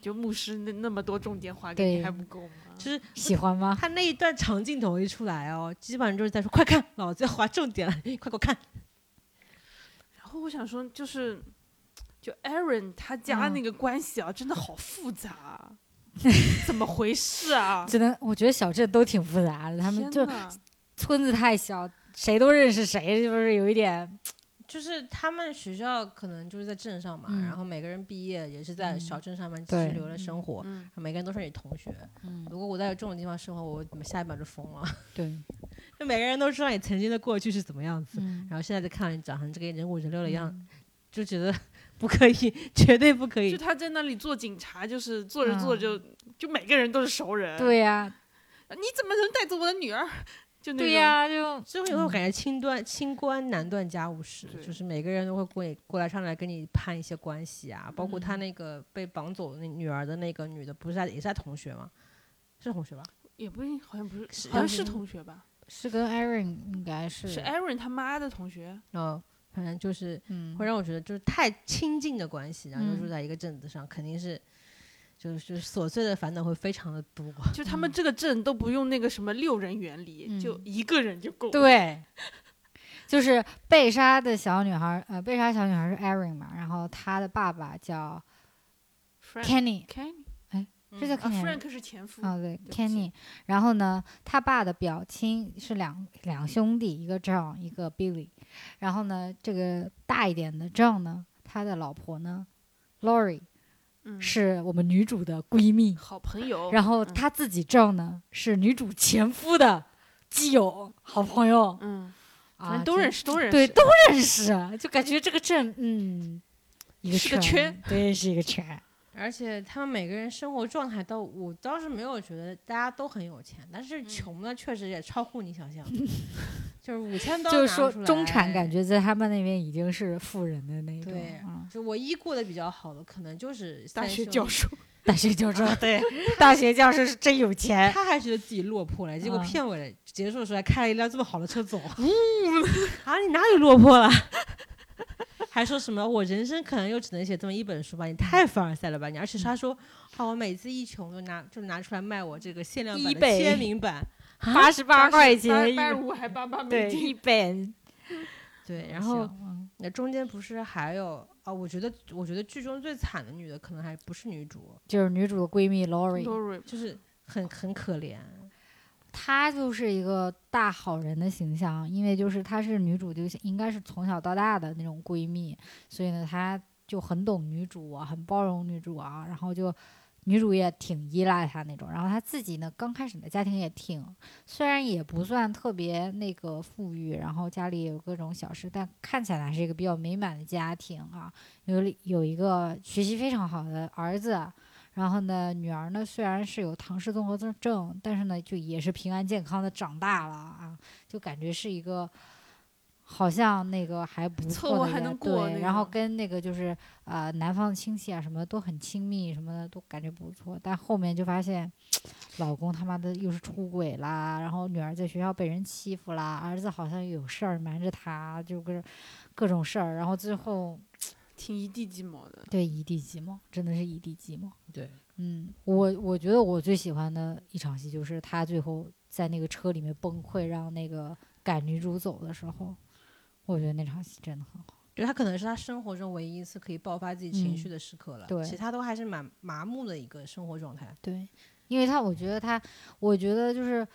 就牧师那那么多重点划对给你还不够吗？就是喜欢吗？他那一段长镜头一出来哦，基本上就是在说：“快看，老子要划重点了，你快给我看。然后我想说，就是就 Aaron 他家嗯那个关系啊，真的好复杂 啊，怎么回事啊？只能我觉得小镇都挺复杂的，他们天就 哪村子太小，谁都认识谁，是不是有一点？”就是他们学校可能就是在镇上嘛，嗯然后每个人毕业也是在嗯小镇上面继续对留着生活，嗯，每个人都是你同学。嗯，如果我在这种地方生活，我怎么下一秒就疯了？ 对，就每个人都知道你曾经的过去是怎么样子，嗯，然后现在就看到你长成这个人五人六的样子，嗯就觉得不可以， 绝对不可就以。他在那里做警察，就是做着做着就、就每个人都是熟嗯人。，对呀，你怎么能带走我的女儿？就那对种，呀，就所以我感觉清端清官难断家务事，对就是每个人都会过你过来上来跟你攀一些关系啊，包括他那个被绑走那女儿的那个女的，不是她也是她同学吗？是同学吧？也不是，好像不是，是好像是同学吧？是跟 Aaron 应该是是 Aaron 他妈的同学。然后哦反正就是嗯会让我觉得就是太亲近的关系，然后又嗯住在一个镇子上，肯定是就是就是琐碎的烦恼会非常的多。就他们这个镇都不用那个什么六人原理，嗯就一个人就够。，对，就是被杀的小女孩，呃，被杀小女孩是 Erin 嘛，然后她的爸爸叫 Kenny， Frank，Kenny，是哎叫 Kenny 啊吗，Frank 是前夫。啊、对不起，Kenny。然后呢，他爸的表亲是两两兄弟，一个 John，一个 Billy。然后呢，这个大一点的 John 呢，他的老婆呢，Lori 嗯，是我们女主的闺蜜，好朋友。然后嗯他自己 John 呢是女主前夫的基友、好朋友，嗯，啊反正都认识，识，都认识。对，都认识，就感觉这个镇，嗯，一个是个圈，对，是一个圈，而且他们每个人生活状态都，我倒是没有觉得大家都很有钱，但是穷的确实也超乎你想象， 就是五千刀就是拿说不出来中产感。觉在他们那边已经是富人的那种，对嗯，就唯一过得比较好的，可能就是大三学兄教 弟。授，大学教授，对，大学教授是真有钱，他还觉得自己落魄了，结果嗯片尾结束的时候还开了一辆这么好的车走， 啊，你哪里落魄了？ 还说什么我人生可能又只能写这么一本书吧？你太凡尔赛了吧你！而且他说，啊，我每次一穷就拿就拿出来卖我这个限量版的 eBay 签名版，八十八块钱一八十五还八八美对一金。本，对，然后行那中间不是还有啊？我觉得，我觉得剧中最惨的女的可能还不是女主，就是女主的闺蜜 Lori， Lori 就是很很可怜。她就是一个大好人的形象，因为就是她是女主，就是应该是从小到大的那种闺蜜，所以呢，她就很懂女主啊，很包容女主啊，然后就。女主也挺依赖她那种，然后她自己呢，刚开始的家庭也挺，虽然也不算特别那个富裕，然后家里有各种小事，但看起来还是一个比较美满的家庭啊。有了有一个学习非常好的儿子，啊然后呢，女儿呢虽然是有唐氏综合症症，但是呢就也是平安健康的长大了啊，就感觉是一个好像那个还不凑错合的还人能过对，那然后种跟那个就是呃南方的亲戚啊什么都很亲密什么的，都感觉不错。但后面就发现，老公他妈的又是出轨啦，然后女儿在学校被人欺负啦，儿子好像有事儿瞒着他，就各各种事儿，然后最后挺一地鸡毛的。对一地鸡毛，真的是一地鸡毛。对，嗯，我我觉得我最喜欢的一场戏就是他最后在那个车里面崩溃，让那个赶女主走的时候，我觉得那场戏真的很好。就他可能是他生活中唯一一次可以爆发自己情绪的时刻了，嗯对其他都还是蛮麻木的一个生活状态。对，因为他我觉得他，我觉得就是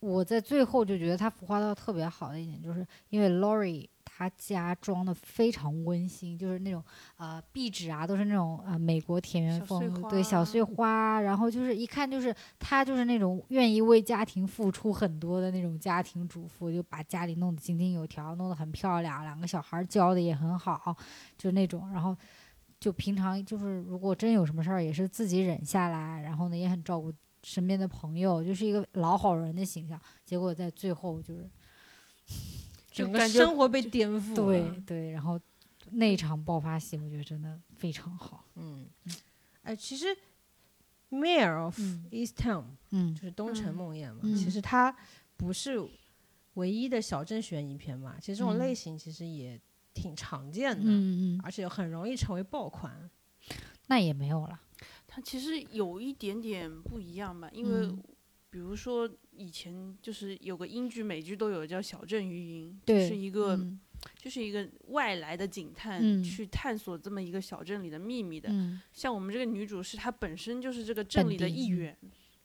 我在最后就觉得他服化道特别好的一点，就是因为 Lori 他家装的非常温馨，就是那种呃壁纸啊都是那种呃美国田园小碎风，对小花嗯碎花，然后就是一看就是他就是那种愿意为家庭付出很多的那种家庭主妇，就把家里弄得井井有条，弄得很漂亮，两个小孩儿教的也很好，就那种，然后就平常就是如果真有什么事儿，也是自己忍下来，然后呢也很照顾身边的朋友，就是一个老好人的形象。结果在最后就是就整个感觉生活被颠嗯覆了。对对，然后那一场爆发戏，我觉得真的非常好。嗯，哎，其实 Mayor of 嗯 East Town 嗯就是《东城嗯梦魇》嘛，嗯其实它不是唯一的小镇悬疑片嘛，其实这种嗯类型其实也挺常见的，嗯嗯，而且很容易成为爆款。那也没有了。它其实有一点点不一样吧，因为嗯比如说以前就是有个英剧、美剧都有叫《小镇余音》，对就是一个、嗯就是一个外来的警探、嗯去探索这么一个小镇里的秘密的。嗯像我们这个女主是她本身就是这个镇本里的地一嗯员，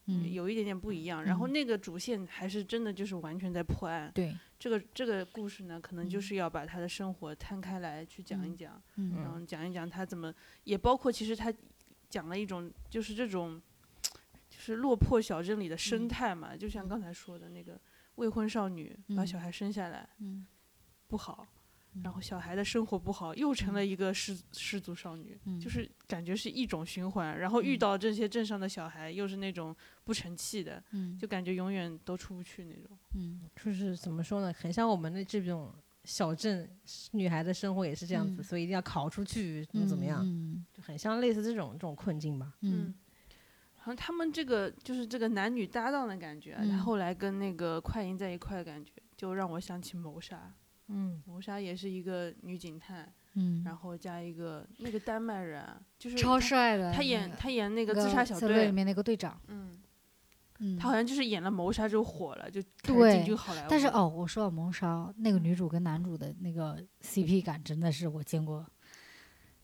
嗯，有一点点不一样。然后嗯那个主线还是真的就是完全在破案。对，这个这个故事呢，可能就嗯是要把她的生活摊开来去讲一嗯讲。嗯然后讲一讲他怎么，也包括其实他讲了一种就是这种，就是落魄小镇里的嗯生态嘛，就像刚才说的那个未婚少女把嗯小孩生下来嗯不好，然后嗯小孩的生活不好，又成了一个失失足少女，嗯就是感觉是一种循环。然后遇嗯到这些镇上的小孩，又是那种不成器的，嗯就感觉永远都出不去那种。嗯就是怎么说呢，很像我们的这种小镇女孩的生活也是这样子，嗯所以一定要考出去，怎么怎么样，嗯就很像类似这种这种困境吧。嗯嗯，然后他们这个就是这个男女搭档的感觉啊，他嗯后来跟那个快银在一块的感觉，就让我想起谋杀。嗯，谋杀也是一个女警探，嗯，然后加一个那个丹麦人啊，就是超他帅的他演那个他演那那个自杀小里队，面那个队长，嗯，嗯，他好像就是演了谋杀之后火了，就开始对进军好莱坞。但是，哦，我说到谋杀，那个女主跟男主的那个 CP 感真的是我见过，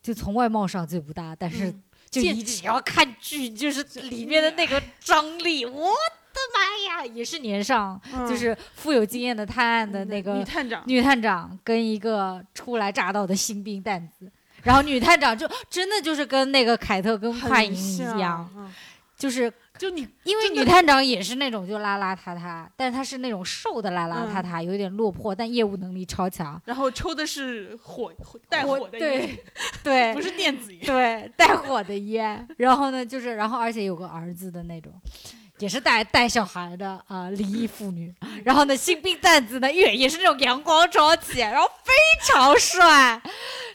就从外貌上最不搭，但是嗯，就见你之只要看剧，就是里面的那 个张力，我的妈呀，也是年上，就嗯是富有经验的探案的嗯那女个探长，女探长跟一个初来乍到的新兵蛋子。然后女探长就真的就是跟那个凯特跟很快银一像样，，嗯就是就你因为真的女探长也是那种就邋邋遢遢，但是她是那种瘦的邋邋嗯遢遢，有点落魄，但业务能力超强。然后抽的是火火带火的烟，对 对不是电子烟，对带火的烟，然后呢就是然后而且有个儿子的那种，也是带带小孩的啊、呃离异妇女。然后呢新兵蛋子呢也也是那种阳光朝气，然后非常帅。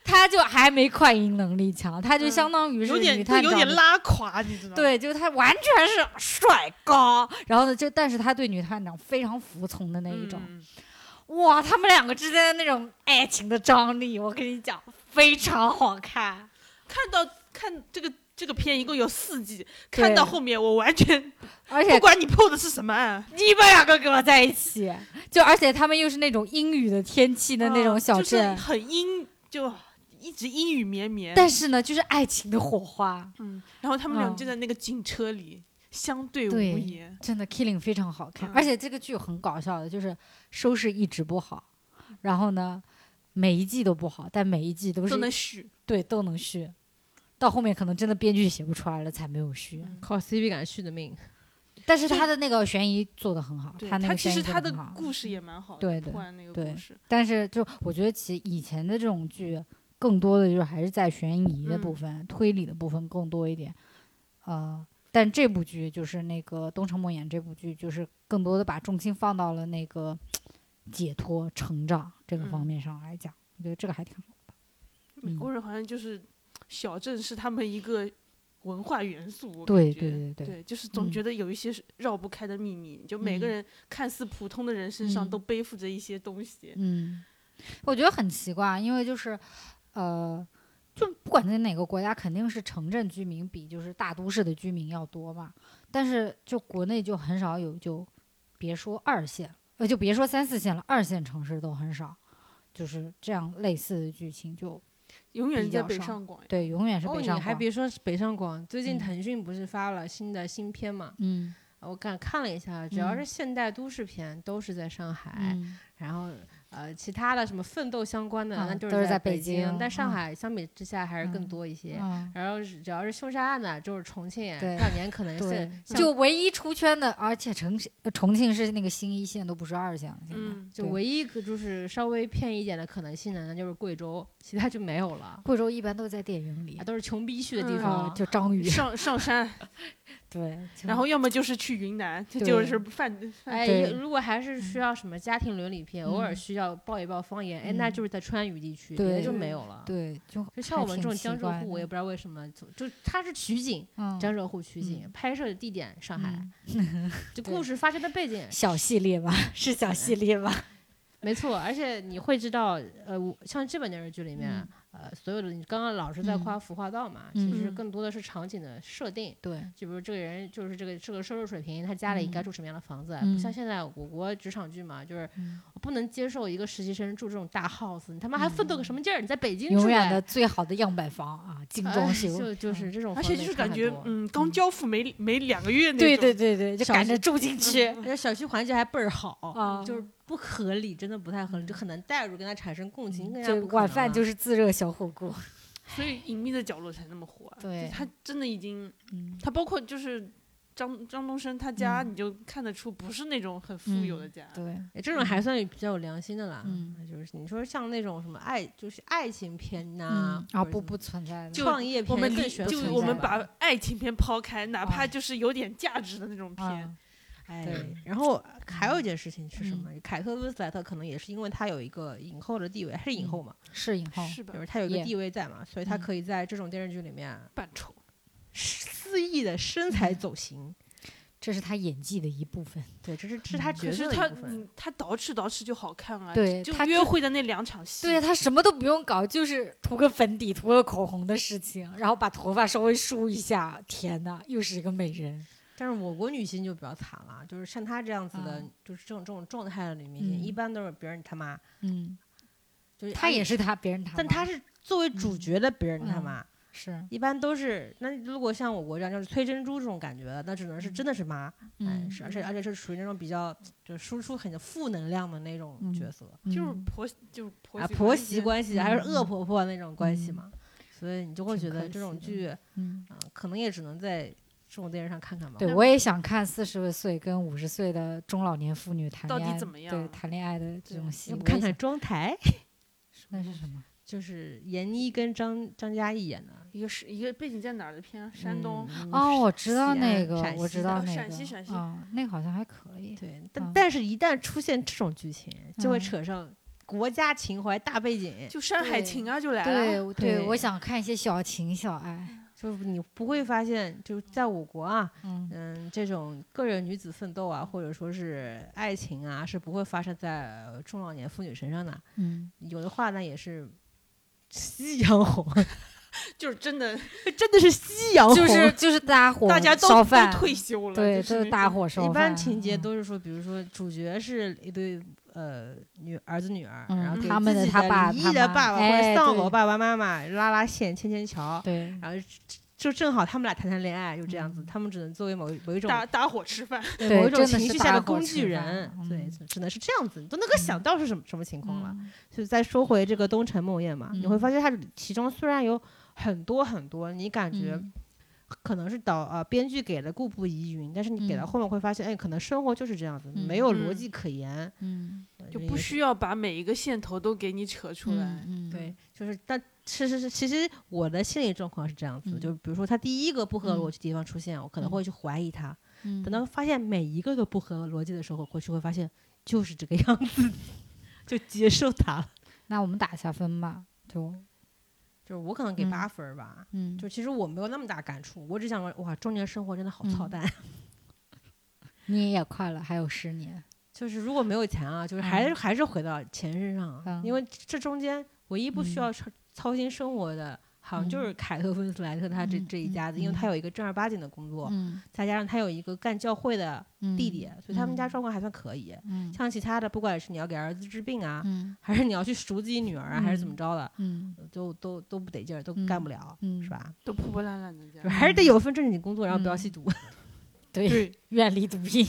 他就还没快银能力强，他就嗯相当于是有点女就探有长点的拉垮，你知道吗？对，就他完全是帅哥，然后呢，就但是他对女探长非常服从的那一种，嗯哇，他们两个之间的那种爱情的张力，我跟你讲，非常好看。看到看这个这个片一共有四季，看到对后面我 完全而不且管你破的是什么啊案，你们两个跟我在一起，就而且他们又是那种阴雨的天气 的那种嗯小就是镇，很阴，就一直阴雨绵绵。但是呢，就是爱情的火花，嗯，然后他们俩嗯就在那个警车里相对无对言，真的 Killing 非常好看，嗯而且这个剧很搞笑的，就是收视一直不好，然后呢，每一季都不好，但每一季都是都能续。对，都能续。到后面可能真的编剧写不出来了，才没有续。嗯靠 CP 感续的命。但是就他的那个悬疑做得很好，对，那他个其悬实疑做他得的很好。嗯故事也蛮好的，对的破案那个对故事。但是就我觉得，其以前的这种剧，更多的就是还是在悬疑的部嗯分、推理的部分更多一点。呃，但这部剧就是那个《东城梦魇》这部剧，就是更多的把重心放到了那个解脱、成长这个方嗯面上来讲，我觉得这个还挺好。嗯美国人好像就是小镇是他们一个文化元素，我对感觉对对对对，就是总嗯觉得有一些是绕不开的秘密，就每个嗯人看似普通的人身上嗯都背负着一些东西。嗯，我觉得很奇怪，啊因为就是，呃，就不管在哪个国家，肯定是城镇居民比就是大都市的居民要多嘛。但是就国内就很少有，就别说二线，呃，就别说三四线了，二线城市都很少，就是这样类似的剧情就，永远比在较北上上广呀，对，永远是哦，北你上还广。别说是北上广，最近嗯腾讯不是发了新的新片嘛？嗯我看看了一下，只要嗯是现代都市片都是在上海，嗯然后呃，其他的什么奋斗相关的，啊那就都是在在北北京但上嗯海相比之下还是更多一些。嗯，然后是只要是凶杀案呢，就是重庆，对这两年可能对是，像就唯一出圈的，而且重庆呃重庆是那个新一线，都不是二线了。现在嗯，就对唯一一个就是稍微偏一点的可能性呢，那就是贵州，其他就没有了，贵州一般都在电影里啊，都是穷逼去的地嗯方。啊，就章鱼，上上山，对，就然后要么就是去云南，这嗯对就是 犯哎，嗯对也如果还是需要什么家庭伦理片，偶尔嗯需要报一报方言，哎，那嗯就是在川渝地区，对别的就没有了。对，就就像还我们这挺种奇江浙怪沪，我的也不知道为什么，就就它是取景，嗯江浙沪取景，拍摄的地点上海，嗯就对故事发生的背景， 小系列吧，是小系列吧？没错。而且你会知道，呃，我像这本电视剧里面，呃，所有的你刚刚老是在夸服化道嘛，嗯其实嗯更多的是场景的设定。 对，就比如这个人就是这个这个收入水平，他家里应该嗯住什么样的房子，啊嗯不像现在我国职场剧嘛，就是嗯我不能接受一个实习生住这种大 house，你他妈还奋斗个什么劲儿？你在北京住嗯永远哎的最好的样板房啊，精哎装修。就就是这种而方且面就是差感很觉多，嗯，刚交付没没两个月那种，对对对对，就小赶区着住进去而且小区环境还倍儿好，嗯啊，就是不合理，真的不太合理，就很难代入，跟他产生共情，更加嗯就不可晚能饭了就是自热小火锅。所以隐秘的角落才那么火、啊。对他真的已经，嗯他包括就是张张东升他家，嗯你就看得出不是那种很富有的家。对，哎这种还算比较有良心的啦。嗯就是你说像那种什么爱，就是爱情片呐嗯，啊，或者什么不不存在的，就创业我片们更离悬就浮一我些们吧把爱情片抛开，哪怕啊就是有点价值的那种片，啊哎嗯对，然后还有一件事情是什么？凯特温斯莱特可能也是因为她有一个影后的地位，她是影后嘛，是影后，是吧就？是她有一个 Yeah 地位在嘛，所以她嗯可以在这种电视剧里面啊扮丑，肆意的身材走形。这是他演技的一部分。嗯对，这是这是她角可是色的他一部分。嗯他捯饬捯饬就好看啊。对就他约就会的那两场戏，对他什么都不用搞，就是涂个粉底、涂个口红的事情，然后把头发稍微梳一下。天哪，又是一个美人。但是我国女星就比较惨了，就是像她这样子的嗯，就是这种这种状态的女明星，嗯一般都是别人他妈，嗯，就是他也哎，是他，别人他妈，但她是作为主嗯角的别人他嗯妈，是，一般都是那如果像我国这样就是崔珍珠这种感觉的，那只能是真的是妈。哎，嗯，是，而且而且是属于那种比较就是输出很负能量的那种角嗯色、就是嗯婆就是婆啊，媳婆关媳系关系还是恶嗯婆婆那种关系嗯嘛，所以你就会挺觉得可这种惜的剧啊、嗯可能也只能在这种电视上看看吧。对，我也想看四十岁跟五十岁的中老年妇女谈到恋底爱，怎么对，样谈恋爱的这对种戏，要不我看也想看妆台，那是什么？就是闫妮跟张张嘉译演的，一个是一个背景在哪儿的片啊？山东。嗯哦，我西知道那安个陕，我西知的道哦那个，陕西陕西啊，那个好像还可以。对，但、嗯但是一旦出现这种剧情，就会嗯扯上国家情怀大背景，就山海对情啊，就来了。 对对，我对想看一些小情小爱。就是你不会发现，就是在我国啊，嗯，嗯，这种个人女子奋斗啊，或者说是爱情啊，是不会发生在呃中老年妇女身上的。嗯，有的话呢，也是夕阳 红，就是真的，真的是夕阳红。就是就是大火大家都烧都饭，退休了，对，都就那是大种火烧饭。啊嗯一般情节都是说，比如说主角是一对呃女儿子女儿，嗯然后给他们自的己他爸离他异的妈爸爸或者哎丧对偶爸爸妈妈拉拉线牵牵桥，对，然后就正好他们俩谈谈恋爱，就这样子，嗯他们只能作为某某一种搭搭伙吃饭。对对某一种真的情是绪搭下的伙工吃具饭人，对，嗯只只能是这样子，你都能够想到是什么、什么情况了。嗯所以再说回这个《东城梦魇》嘛，你会嗯发现它其中虽然有很多很多，你感觉嗯可能是导呃编剧给了固步一云，但是你给到嗯后面会发现，哎，可能生活就是这样子，嗯没有逻嗯辑可言，嗯呃就也不是需要把每一个线头都给你扯出来。嗯，嗯对，，就是但其实是其实我的心理状况是这样子，嗯就比如说他第一个不合嗯逻辑地方出现，我可能嗯会去怀疑他，嗯等到发现每一个都不合逻辑的时候，回去会发现，就是这个样子，就接受它了。那我们打一下分吧，就就是我可能给嗯八分儿吧，嗯，就其实我没有那么大感触，我只想说，哇，中年生活真的好操嗯蛋。 你也快了，还有十年，就是如果没有钱啊，就是还是、嗯还是回到钱身上啊，嗯因为这中间唯一不需要操操心生活的，好像就是凯特温斯莱特他这、嗯这一家子，嗯因为他有一个正儿八经的工作，嗯，再加上他有一个干教会的弟弟，所以他们家状况还算可以。嗯，像其他的，不管是你要给儿子治病啊，嗯还是你要去赎自己女儿啊，还是怎么嗯着的，嗯都都都不得劲儿，都嗯干不了，嗯，是？吧？都破破烂烂的这就样。还是得有份正经工作，然后不要吸毒。 对，对，远离毒品，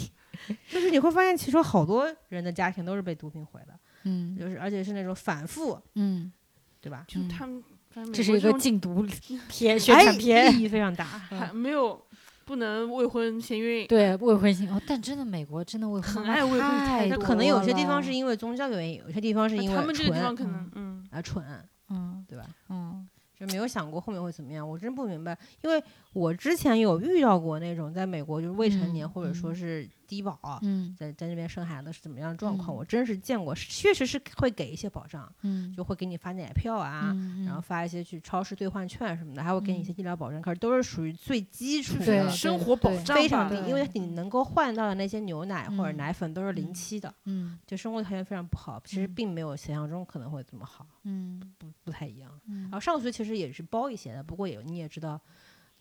就是你会发现，其实好多人的家庭都是被毒品毁的，嗯就是而且是那种反复，嗯，对吧？就嗯他们，反正这美是国一个种禁毒片宣传哎片，意义非常大。嗯还没有不能未婚先孕，对未婚妻哦，但真的美国真的未婚很妈妈爱未婚妻太 那多可能有些地方了是因为宗教原因，有些地方是因为啊他们这个地蠢方可能嗯，嗯，啊蠢，嗯对吧？嗯就没有想过后面会怎么样，我真不明白。因为我之前有遇到过那种在美国就是未成年、嗯或者说嗯是低保，啊嗯在在那边生孩子是怎么样的状况，嗯我真是见过，是确实是会给一些保障，嗯，就会给你发奶票啊，嗯然后嗯发一些去超市兑换券什么的，还会给你一些医疗保障，可是都是属于最基础对的。生活保对障非常吧低，对因为你能够换到的那些牛奶或者嗯奶粉都是零嗯七的，嗯就生活条件非常不好，其实嗯并没有想象中可能会这么好，嗯不不太一样。嗯然后上学其实也是包一些的，不过也你也知道，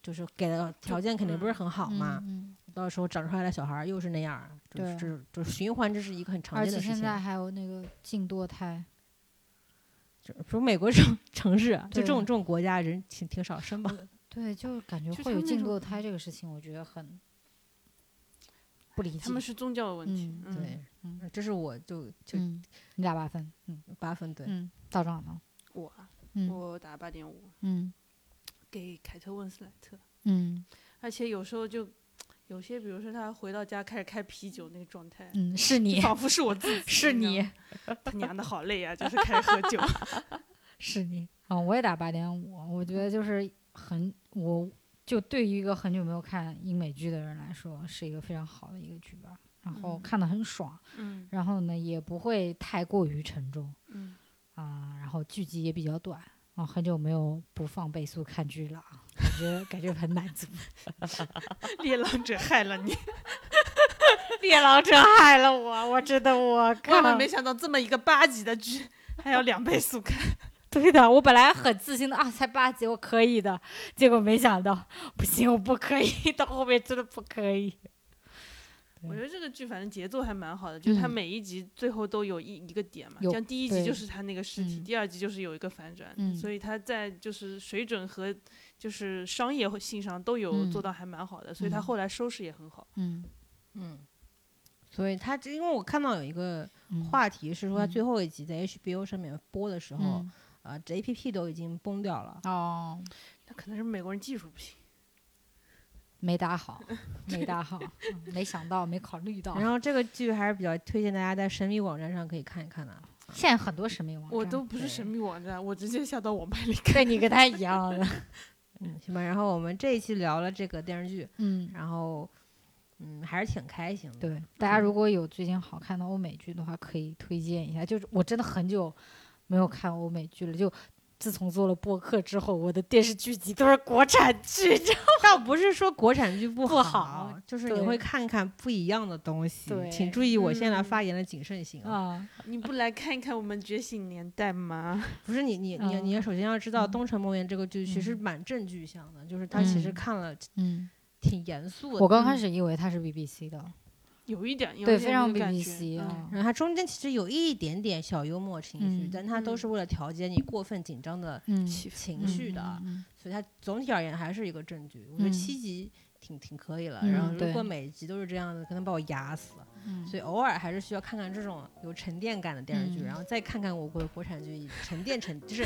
就是给的条件肯定不是很好嘛，嗯嗯到时候长出来的小孩儿又是那样儿，就是对这就是循环，这是一个很常而见且的事现在情。还有那个禁堕胎，就比如美国这种 城市啊，就对这种这种国家人挺挺少生吧，对，就是感觉会就他有们那禁种堕胎这个事情，我觉得很不理解。他们是宗教的问题嗯，嗯对，嗯这是我就就嗯，你打八分，嗯八分对，嗯，道长呢？我啊嗯我打八点五嗯给凯特温斯莱特，嗯而且有时候就有些，比如说他回到家开始开啤酒那个状态，嗯，是你，仿佛是我自己，是你知道你吗，他娘的好累啊，就是开始喝 酒， 是你啊！我也打八点五，我觉得就是很，我就对于一个很久没有看英美剧的人来说，是一个非常好的一个剧吧。然后嗯看得很爽，嗯然后呢也不会太过于沉重嗯，啊、然后剧集也比较短啊，很久没有不放倍速看剧了啊，感觉感觉很满足。 猎狼者害了你，猎狼者害了我，我真的 我万万没想到这么一个八集的剧 还要两倍速看， 对的，我本来很自信的啊，才八集我可以的，结果没想到不行，我不可以， 到后面真的不可以。我觉得这个剧反正节奏还蛮好的，就是它嗯每一集最后都有一一个点嘛，有像第一集对就是他那个尸体，嗯第二集就是有一个反转，嗯所以他在就是水准和就是商业性上都有嗯做到还蛮好的，所以他嗯后来收视也很好。嗯，嗯，所以他这因为我看到有一个嗯话题是说，他嗯最后一集在 HBO 上面播的时候，嗯呃，这 APP 都已经崩掉了。哦，那可能是美国人技术不行，没打 好，没打好，嗯没想到，没考虑到。然后这个剧还是比较推荐大家在神秘网站上可以看一看的、现在很多神秘网站，我都不是对神秘网站，我直接下到网拍里看。对你跟他一样 的。嗯，行吧。然后我们这一期聊了这个电视剧，嗯，然后嗯，还是挺开心的。对，大家如果有最近好看的欧美剧的话，可以推荐一下。就是我真的很久没有看欧美剧了，就自从做了播客之后，我的电视剧集都是国产剧，你知道倒不是说国产剧不啊不好就是你对会看看不一样的东西。对请注意我现在嗯发言的谨慎性啊！吗？ 你不来看一看我们《觉醒年代》吗？不是你你你嗯你首先要知道，《嗯东城梦魇》这个剧其实嗯蛮正剧向的，就是它其实嗯看了嗯，挺严肃的。我刚开始以为它是 BBC 的，有一点，有对一点非那常个感 BBC 觉嗯啊然后它中间其实有一点点小幽默情绪，嗯但它都嗯是为了调节你过分紧张的嗯情情绪的，嗯所以它总体而言还是一个正剧。我觉得嗯七集挺挺可以了，嗯然后如对果每集都是这样的，可能把我压死。嗯所以偶尔还是需要看看这种有沉淀感的电视剧，嗯然后再看看我国国产剧，沉淀沉就是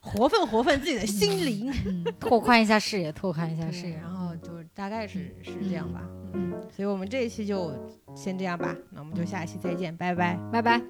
活泛活泛自己的心灵。嗯嗯，拓宽一下视野，拓宽一下视对，野，然后就大概是是这样吧。啊嗯，所以我们这一期就先这样吧，那我们就下一期再见，拜拜。拜拜。